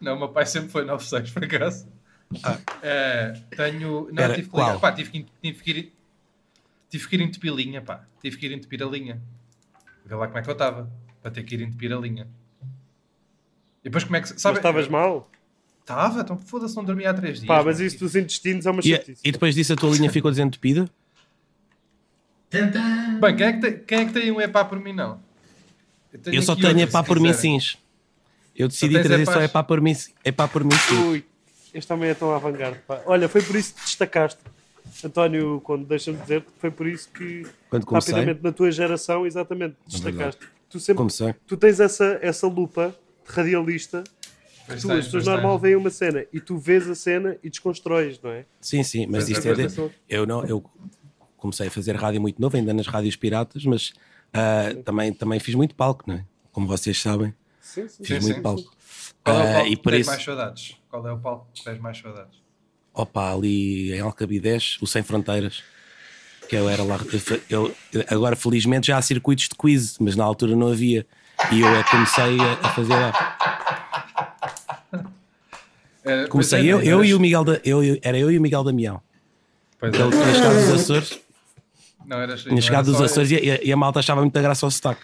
Speaker 3: Não, o meu pai sempre foi 96 por acaso. Eh, tenho, não,
Speaker 4: Pera,
Speaker 3: tive que
Speaker 4: qual?
Speaker 3: ligar, pá, tive que, tive que ir tive que ir entupir linha, pá. Tive que ir entupir a linha. Vê lá como é que eu estava para ter que ir entupir a linha. E depois como é que se-
Speaker 5: Mas
Speaker 3: sabe?
Speaker 5: estavas mal?
Speaker 3: Estava, então foda-se, não dormia há três dias.
Speaker 5: Pá, mas
Speaker 3: mano.
Speaker 5: isso dos entestinos é uma
Speaker 4: E,
Speaker 5: chatice.
Speaker 4: e depois disso a tua linha ficou desentupida?
Speaker 2: Tantã!
Speaker 3: Bem, quem é que tem, quem é que tem um epá por mim, não? tenho
Speaker 4: Eu só
Speaker 3: aqui
Speaker 4: tenho
Speaker 3: outro,
Speaker 4: é pá
Speaker 3: se
Speaker 4: por mim
Speaker 3: quiserem.
Speaker 4: sims. Eu decidi
Speaker 3: tens
Speaker 4: trazer
Speaker 3: epás?
Speaker 4: só é pá por mim si- é pá por mim sims.
Speaker 5: Ui, este também é tão avant-garde, pá. Olha, foi por isso que te destacaste. António, quando deixa-me dizer, foi por isso que
Speaker 4: Quando comecei? É
Speaker 5: rapidamente na tua geração, exatamente, te destacaste. Tu sempre
Speaker 4: Comecei.
Speaker 5: tu tens essa, essa lupa de radialista. que
Speaker 3: Pois
Speaker 5: Tu,
Speaker 3: tens,
Speaker 5: as pessoas
Speaker 3: pois
Speaker 5: normal
Speaker 3: tens.
Speaker 5: veem uma cena e tu vês a cena e desconstróis, não é?
Speaker 4: Sim, sim, mas
Speaker 3: Pois é,
Speaker 4: isto é.
Speaker 3: pois
Speaker 4: de- Eu, não, eu comecei a fazer rádio muito novo, ainda nas rádios piratas, mas ah, também, também fiz muito palco, não é? Como vocês sabem,
Speaker 5: Sim, sim.
Speaker 4: fiz
Speaker 3: Sim,
Speaker 4: muito
Speaker 3: sim.
Speaker 4: palco.
Speaker 3: Qual é o
Speaker 4: Ah,
Speaker 3: palco
Speaker 4: e
Speaker 3: que
Speaker 4: por
Speaker 3: tens
Speaker 4: isso,
Speaker 3: mais saudades? Qual é o palco que tens mais saudades?
Speaker 4: opa, ali em Alcabidez, o Sem Fronteiras, que eu era lá. Eu, agora, felizmente, já há circuitos de quiz, mas na altura não havia. E eu é que comecei a, a fazer lá.
Speaker 3: Eh,
Speaker 4: Comecei
Speaker 3: pois é,
Speaker 4: eu,
Speaker 3: mas-
Speaker 4: eu e o Miguel da, eu, eu- era eu e o Miguel Damião.
Speaker 3: Pois é.
Speaker 4: Ele tinha chegado dos Açores,
Speaker 3: Não, eras, não
Speaker 4: tinha
Speaker 3: era
Speaker 4: chegado dos
Speaker 3: só-
Speaker 4: Açores e, a- e a malta achava muita graça ao sotaque.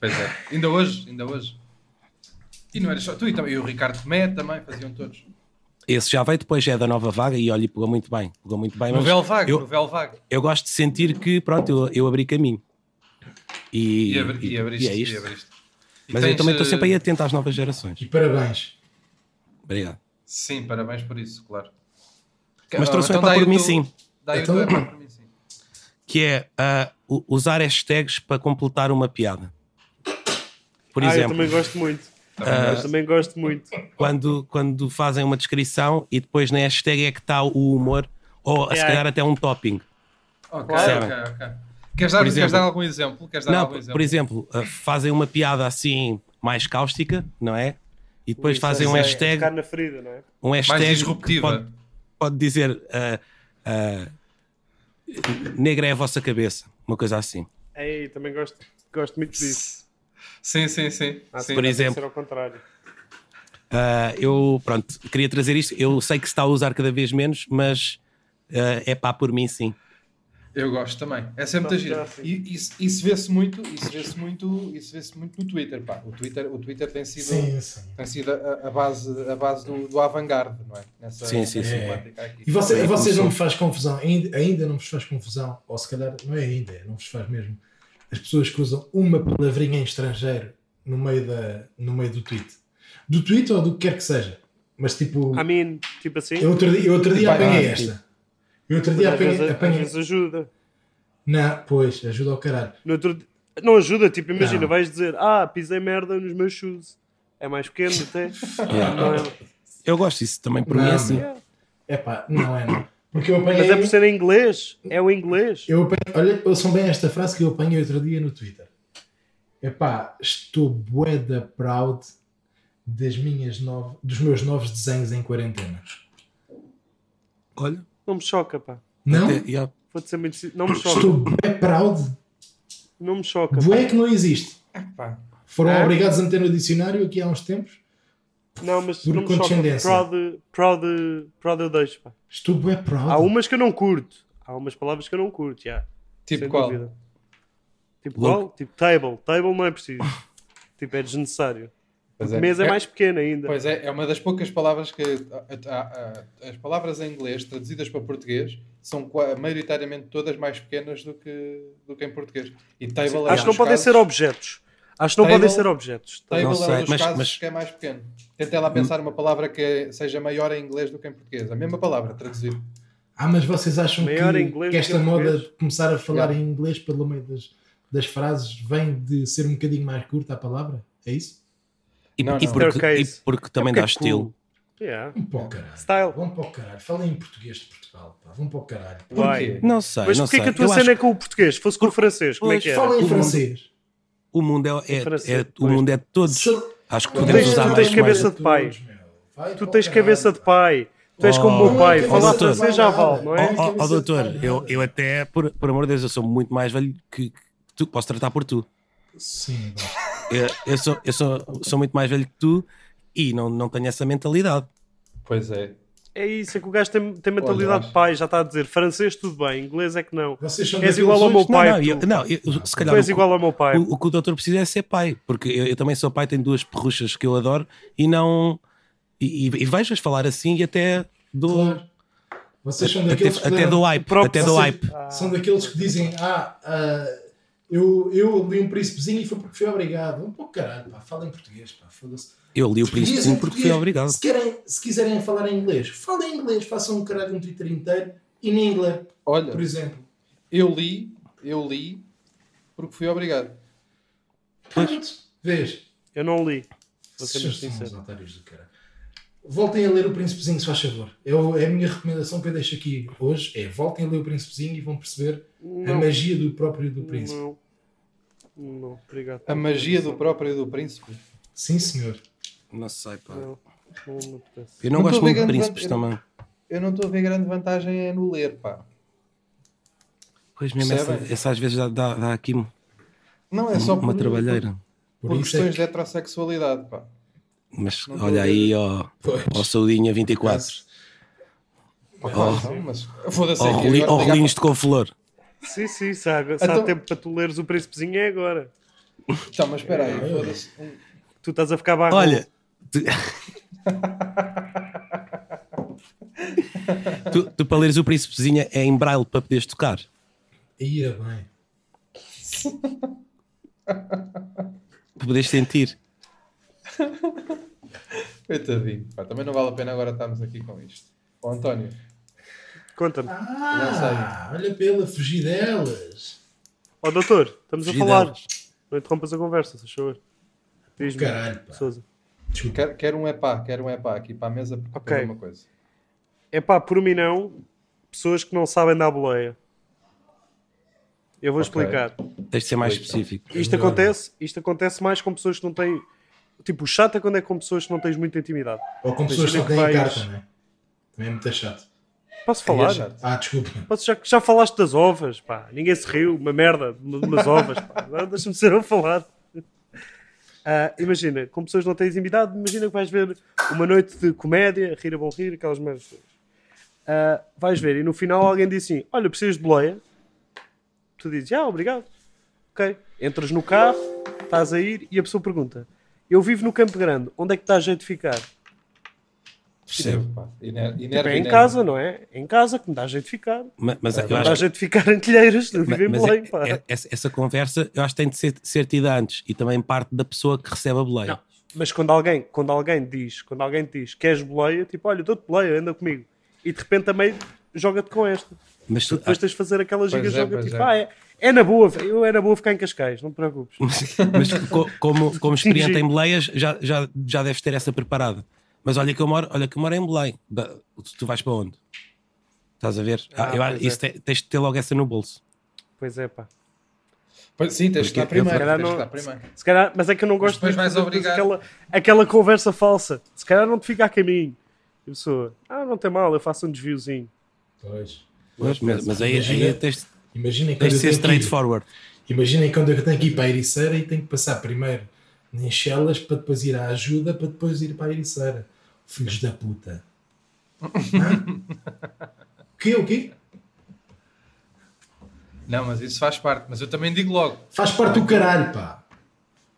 Speaker 3: Pois é. Ainda hoje, ainda hoje. E não eras só tu, e, também, e o Ricardo Tomé também, faziam todos.
Speaker 4: Esse já veio depois, já é da nova vaga e olha, pegou muito bem. Pegou muito bem.
Speaker 3: No
Speaker 4: mas
Speaker 3: Velvago, no
Speaker 4: eu,
Speaker 3: Velvago.
Speaker 4: eu gosto de sentir que, pronto, eu, eu abri caminho. E,
Speaker 3: E, abri, e, abriste,
Speaker 4: e é isto.
Speaker 3: e abriste. E
Speaker 4: Mas eu
Speaker 3: tens,
Speaker 4: também estou
Speaker 3: eh,
Speaker 4: sempre aí atento às novas gerações.
Speaker 2: E parabéns.
Speaker 4: Obrigado.
Speaker 3: eh, Sim, parabéns por isso, claro.
Speaker 4: Mas trouxe
Speaker 3: Ah,
Speaker 4: o epá
Speaker 3: dá aí
Speaker 4: por mim,
Speaker 3: teu-
Speaker 4: sim.
Speaker 3: Dá aí o
Speaker 2: Então-
Speaker 3: teu epá por mim, sim.
Speaker 4: Que que é ah, u- usar hashtags para completar uma piada. Por
Speaker 5: ah, eu
Speaker 4: exemplo, Ah,
Speaker 5: também gosto muito. Eu também gosto muito.
Speaker 4: quando, quando fazem uma descrição e depois na hashtag é que está o humor, ou
Speaker 5: É,
Speaker 4: se
Speaker 5: é.
Speaker 4: calhar até um topping.
Speaker 3: Ok,
Speaker 4: Claro.
Speaker 3: ok, ok. Queres dar,
Speaker 4: Por
Speaker 3: queres
Speaker 4: exemplo-
Speaker 3: dar algum exemplo? Queres dar
Speaker 4: Não,
Speaker 3: algum
Speaker 4: por-
Speaker 3: exemplo?
Speaker 4: por exemplo, ah, fazem uma piada assim mais cáustica, não é? E depois
Speaker 5: Isso,
Speaker 4: fazem um
Speaker 5: isso é
Speaker 4: hashtag,
Speaker 5: Tocar na ferida, não é?
Speaker 4: um hashtag
Speaker 3: Mais
Speaker 4: que
Speaker 3: disruptiva.
Speaker 4: pode, pode dizer ah, ah, negra é a vossa cabeça, uma coisa assim.
Speaker 5: Ei, também gosto, gosto muito disso.
Speaker 3: Sim, sim, sim.
Speaker 4: Ah,
Speaker 3: sim.
Speaker 5: Tem que
Speaker 4: exemplo.
Speaker 5: ser ao contrário.
Speaker 4: Ah, eu, pronto, queria trazer isto. Eu sei que se está a usar cada vez menos, mas ah, é pá por mim, sim.
Speaker 3: Eu gosto também. É sempre
Speaker 5: Tá,
Speaker 3: muito giro.
Speaker 5: já, sim.
Speaker 3: E isso, isso vê-se muito, isso vê-se muito, isso vê-se muito no Twitter, pá. O Twitter, o Twitter tem sido,
Speaker 2: Sim, sim.
Speaker 3: tem sido a, a base, a base do, do avant-garde, não é? Nessa,
Speaker 4: Sim, sim,
Speaker 2: sim.
Speaker 3: temática aqui.
Speaker 2: E você-
Speaker 4: Sim,
Speaker 2: vocês
Speaker 4: sim.
Speaker 2: não me faz confusão, ainda, ainda não vos faz confusão, ou se calhar não é ainda, é, não vos faz mesmo. As pessoas que usam uma palavrinha em estrangeiro no meio, da, no meio do tweet. Do tweet ou do que quer que seja. Mas tipo,
Speaker 5: I mean, tipo assim,
Speaker 2: eu outro dia, eu outro dia
Speaker 3: Tipo,
Speaker 2: apanhei
Speaker 3: ah,
Speaker 2: esta. Eu outro
Speaker 5: mas
Speaker 2: dia
Speaker 5: às,
Speaker 2: apanhei.
Speaker 5: vezes, às
Speaker 2: apanhei-
Speaker 5: vezes ajuda.
Speaker 2: Não, pois, ajuda ao caralho.
Speaker 5: No outro di- Não ajuda, tipo, imagina,
Speaker 2: Não.
Speaker 5: vais dizer, ah, pisei merda nos meus shoes. É mais pequeno até. Não é?
Speaker 4: Eu gosto disso também, por
Speaker 2: Não,
Speaker 4: mim, é assim.
Speaker 5: Yeah.
Speaker 2: É pá, não é não. Porque eu apanhei.
Speaker 5: Mas é por ser em inglês. É o inglês.
Speaker 2: Eu apanho, olha, ouçam bem esta frase que eu apanhei outro dia no Twitter. Epá, estou boeda proud das minhas nove, dos meus novos desenhos em quarentena.
Speaker 4: Olha,
Speaker 5: Não me choca, pá.
Speaker 2: Não?
Speaker 4: até- yeah.
Speaker 5: Vou te ser muito. sin- Não me choca.
Speaker 2: Estou bué proud.
Speaker 5: Não me choca. pá.
Speaker 2: Bué que não existe.
Speaker 3: Pá.
Speaker 2: Foram
Speaker 5: É?
Speaker 2: obrigados a meter no dicionário aqui há uns tempos.
Speaker 5: Não, mas
Speaker 2: Por
Speaker 5: não me choca.
Speaker 2: condescendência.
Speaker 5: Proud, proud, proud eu deixo, pá.
Speaker 2: Estou bué proud.
Speaker 5: Há um umas que eu não curto. Há umas palavras que eu não curto, já.
Speaker 3: Tipo
Speaker 5: Sem
Speaker 3: qual?
Speaker 5: dúvida. Tipo
Speaker 4: Louco.
Speaker 5: qual? Tipo table. Table não é preciso. tipo, é desnecessário.
Speaker 3: Pois
Speaker 5: Mesa é mais pequena ainda.
Speaker 3: Pois é, é uma das poucas palavras que. a- a- a- as palavras em inglês traduzidas para português são qua- maioritariamente todas mais pequenas do que, do que em português. E table é um
Speaker 5: Acho que não
Speaker 3: dos
Speaker 5: podem
Speaker 3: casos-
Speaker 5: ser objetos. Acho que não
Speaker 3: Table-
Speaker 5: podem ser objetos.
Speaker 3: Table
Speaker 4: Não
Speaker 3: é um
Speaker 4: sei,
Speaker 3: dos
Speaker 4: mas-
Speaker 3: casos
Speaker 4: mas-
Speaker 3: que é mais pequeno. Tentei lá pensar uma palavra que seja maior em inglês do que em português. A mesma palavra, traduzido.
Speaker 2: Ah, mas vocês acham que,
Speaker 5: Maior em inglês
Speaker 2: que
Speaker 5: do
Speaker 2: esta
Speaker 5: que em
Speaker 2: moda
Speaker 5: português? É.
Speaker 2: de começar a falar
Speaker 3: Yeah.
Speaker 2: em inglês pelo meio das, das frases vem de ser um bocadinho mais curta a palavra? É isso?
Speaker 4: E,
Speaker 3: Não,
Speaker 4: e
Speaker 3: não.
Speaker 4: porque, e
Speaker 5: Staircase.
Speaker 4: porque também
Speaker 5: É
Speaker 4: dá
Speaker 5: porque é
Speaker 4: estilo.
Speaker 5: cool. Yeah.
Speaker 2: Vão para o caralho.
Speaker 5: Style.
Speaker 2: Vão para o caralho. Falem em português de Portugal. Pá. Vão para o caralho.
Speaker 3: Porquê?
Speaker 4: Não sei,
Speaker 5: Mas
Speaker 4: não
Speaker 5: porquê
Speaker 4: sei.
Speaker 5: que a tua
Speaker 4: Eu
Speaker 5: cena
Speaker 4: acho
Speaker 5: é com o português? Se fosse com o francês, como é que era?
Speaker 2: Falem em
Speaker 4: O
Speaker 2: francês.
Speaker 4: o mundo é, é-
Speaker 5: Em francês,
Speaker 4: é- o
Speaker 5: pois.
Speaker 4: mundo é de todos.
Speaker 2: Se-
Speaker 4: Acho que
Speaker 2: Tu
Speaker 4: podemos
Speaker 5: tens-
Speaker 4: usar
Speaker 5: tu
Speaker 4: mais
Speaker 5: tens cabeça-
Speaker 4: moeda.
Speaker 5: de pai.
Speaker 2: Todos, meu. Vai
Speaker 5: Tu
Speaker 2: para o
Speaker 5: tens
Speaker 2: caralho,
Speaker 5: cabeça de
Speaker 2: pá.
Speaker 5: pai. Tu és
Speaker 4: Oh.
Speaker 5: como o meu pai.
Speaker 2: Não é
Speaker 5: Falar
Speaker 4: cabeça de
Speaker 5: francês
Speaker 2: pai
Speaker 5: já
Speaker 2: nada.
Speaker 5: vale, não é?
Speaker 2: Oh,
Speaker 4: Ó
Speaker 2: cabeça de
Speaker 4: doutor,
Speaker 2: pai,
Speaker 4: eu,
Speaker 2: nada.
Speaker 4: eu até, por, por amor de Deus, eu sou muito mais velho que, que tu. Posso tratar por tu.
Speaker 2: Sim, bom.
Speaker 4: Eu, eu sou, eu sou, sou muito mais velho que tu e não, não tenho essa mentalidade.
Speaker 3: Pois é.
Speaker 5: É isso, é que o gajo tem, tem
Speaker 3: Olha,
Speaker 5: mentalidade
Speaker 3: acho.
Speaker 5: de pai. Já está a dizer francês tudo bem, inglês é que não.
Speaker 2: Vocês são
Speaker 5: És
Speaker 2: daqueles
Speaker 5: igual ao meu
Speaker 2: outros-
Speaker 5: pai.
Speaker 4: não, não, eu-
Speaker 5: tu.
Speaker 4: não eu- eu- se
Speaker 5: Tu
Speaker 4: calhar
Speaker 5: és
Speaker 4: o-
Speaker 5: igual ao meu pai.
Speaker 4: o, o que o doutor precisa é ser pai, porque eu, eu também sou pai, tenho duas perruchas que eu adoro e não. E, e, e vejo-as falar assim e até dou.
Speaker 2: Claro. Vocês são
Speaker 4: Até,
Speaker 2: daqueles que
Speaker 4: até
Speaker 2: leram-
Speaker 4: dou hype,
Speaker 5: próprio-
Speaker 4: até dou
Speaker 2: vocês
Speaker 4: hype.
Speaker 2: São daqueles que dizem: Ah, ah, eu, eu li um príncipezinho e foi porque fui obrigado. Vão para o caralho, pá. Falem português, pá. Foda-se.
Speaker 4: Eu li o
Speaker 2: Português
Speaker 4: príncipe
Speaker 2: é
Speaker 4: Sim porque
Speaker 2: português.
Speaker 4: fui obrigado.
Speaker 2: Se, querem, se quiserem falar em inglês, falem em inglês. Façam um caralho um Twitter inteiro in English,
Speaker 3: Olha,
Speaker 2: por exemplo.
Speaker 3: eu li, eu li porque fui obrigado.
Speaker 2: Pronto. Vês?
Speaker 5: Eu não li. Vou ser muito
Speaker 2: Vocês são
Speaker 5: sincero.
Speaker 2: os otários do cara. Voltem a ler o Príncipezinho, se faz favor. É, o- é a minha recomendação que eu deixo aqui hoje. É voltem a ler o Príncipezinho e vão perceber a
Speaker 5: Não.
Speaker 2: magia do próprio do Príncipe.
Speaker 5: Não. Não, obrigado.
Speaker 3: A magia do próprio do príncipe.
Speaker 2: Sim, senhor.
Speaker 4: Não sei, pá.
Speaker 5: Não, não me apetece.
Speaker 4: Eu não,
Speaker 3: Não
Speaker 4: gosto
Speaker 3: tô
Speaker 4: muito de
Speaker 3: ligando,
Speaker 4: príncipes
Speaker 3: eu-
Speaker 4: também.
Speaker 3: Eu não estou a ver grande vantagem é no ler, pá.
Speaker 4: Pois mesmo, essa,
Speaker 3: Percebem?
Speaker 4: essa às vezes dá, dá, dá aqui uma
Speaker 3: Não é só por,
Speaker 4: trabalheira.
Speaker 2: Por
Speaker 3: por, por
Speaker 2: isso
Speaker 3: questões
Speaker 2: é
Speaker 3: de heterossexualidade, pá.
Speaker 4: Mas
Speaker 3: Não tô
Speaker 4: olha
Speaker 3: a
Speaker 4: aí, ó,
Speaker 2: Pois.
Speaker 4: ó Saudinha 24.
Speaker 3: Pá, não, mas foda-se
Speaker 4: Ó
Speaker 3: aqui,
Speaker 4: roli-
Speaker 3: agora
Speaker 4: ó
Speaker 3: ligar
Speaker 4: rolinhos de couve-flor.
Speaker 5: Sim, sim, se há, se há
Speaker 3: Então-
Speaker 5: tempo para tu leres o príncipezinho é agora.
Speaker 3: para- Tá, mas espera aí, foda-se.
Speaker 5: Tu estás a ficar barro.
Speaker 4: Olha. Tu... tu, tu para leres o príncipezinha é em braille para poderes tocar.
Speaker 2: Ia é bem.
Speaker 4: Para poderes sentir.
Speaker 3: Coitadinho, pá, também não vale a pena agora estarmos aqui com isto. Ó António,
Speaker 5: Conta-me.
Speaker 2: Ah, olha pela, fugir delas.
Speaker 5: Ó doutor, estamos a
Speaker 4: Fugir
Speaker 5: falar.
Speaker 4: delas.
Speaker 5: Não interrompas a conversa, se achou. Diz-me.
Speaker 3: Oh,
Speaker 2: Caralho, pá.
Speaker 5: Sousa.
Speaker 3: Quero, quero um epá, quero um epá aqui para a mesa porque
Speaker 5: Ok.
Speaker 3: tem uma coisa.
Speaker 5: É pá, por mim não, pessoas que não sabem da boleia. Eu vou
Speaker 3: Ok.
Speaker 5: explicar.
Speaker 4: Tens de ser mais específico.
Speaker 5: Isto acontece, isto acontece mais com pessoas que não têm. Tipo, o chato é quando é com pessoas que não tens muita intimidade.
Speaker 2: Ou com pessoas que só
Speaker 5: Imagina
Speaker 2: têm
Speaker 5: que vais-
Speaker 2: carta, não é? Também é muito chato.
Speaker 5: Posso
Speaker 3: Aí é
Speaker 5: falar?
Speaker 3: chato.
Speaker 2: Ah, desculpa.
Speaker 5: Posso, já, já falaste das ovas, pá. Ninguém se riu, uma merda, de umas ovas, pá. Agora Deixa-me ser eu a falar. Ah, imagina, com pessoas que não têm intimidade, imagina que vais ver uma noite de comédia, rir a bom rir, aquelas merdas. todas. Ah, vais ver, e no final alguém diz assim: Olha, precisas de boleia? Tu dizes: Ah, obrigado. Ok. Entras no carro, estás a ir, e a pessoa pergunta: Eu vivo no Campo Grande, onde é que está a jeito de ficar?
Speaker 4: Percebo.
Speaker 3: Epá, iner-
Speaker 5: Tipo,
Speaker 3: inerva,
Speaker 5: é em
Speaker 3: inerva.
Speaker 5: casa, não é? É em casa que me dá jeito de ficar.
Speaker 4: Ma- Mas eu
Speaker 5: Não dá
Speaker 4: acho que-
Speaker 5: jeito de ficar em telheiros, não
Speaker 4: ma-
Speaker 5: vivo em
Speaker 4: mas
Speaker 5: Belém,
Speaker 4: é-
Speaker 5: pá.
Speaker 4: é- essa, essa conversa eu acho que tem de ser, ser tida antes e também parte da pessoa que recebe a boleia.
Speaker 5: Não, mas quando alguém, quando alguém diz, quando alguém te diz queres boleia, tipo, olha, eu dou-te boleia, anda comigo. E de repente também joga-te com esta.
Speaker 4: Mas
Speaker 5: Tu
Speaker 4: tu,
Speaker 5: depois tens de fazer aquela giga
Speaker 3: é,
Speaker 5: joga,
Speaker 3: pois
Speaker 5: tipo,
Speaker 3: é.
Speaker 5: ah, é, é na boa, velho, eu era boa ficar em Cascais, não te preocupes.
Speaker 4: Mas co- como, como experiente
Speaker 5: Sim.
Speaker 4: em Beleias, já, já, já deves ter essa preparada. Mas olha que eu moro, olha que eu moro em Belém. Ba- Tu, tu vais para onde? Estás a ver? Ah,
Speaker 5: Ah,
Speaker 4: eu,
Speaker 5: pois
Speaker 4: acho- isso te- tens de ter logo essa no bolso.
Speaker 5: Pois é, pá.
Speaker 3: Pois, Sim, tens que
Speaker 4: Porque
Speaker 3: dar
Speaker 4: eu-
Speaker 5: Se
Speaker 3: primeiro.
Speaker 5: calhar
Speaker 3: Tens que dar
Speaker 5: não-
Speaker 3: primeiro.
Speaker 5: Se calhar, mas é que eu não gosto
Speaker 3: depois
Speaker 5: de fazer
Speaker 3: vais obrigar.
Speaker 5: aquela, aquela conversa falsa. Se calhar não te fica a caminho. E a pessoa, ah, não tem mal, eu faço um desviozinho.
Speaker 2: Pois.
Speaker 4: Mas, mas, aí,
Speaker 2: Imagina-
Speaker 4: aí tens,
Speaker 2: Imaginem quando,
Speaker 4: tens de
Speaker 2: eu tenho
Speaker 4: ser
Speaker 2: que ir-
Speaker 4: straightforward.
Speaker 2: imaginem quando eu tenho que ir para a Ericeira e tenho que passar primeiro em Chelas para depois ir à ajuda para depois ir para a Ericeira. Filhos da puta. Hã? O quê? O quê?
Speaker 3: Não, mas isso faz parte. Mas eu também digo logo.
Speaker 2: Faz parte do caralho, pá.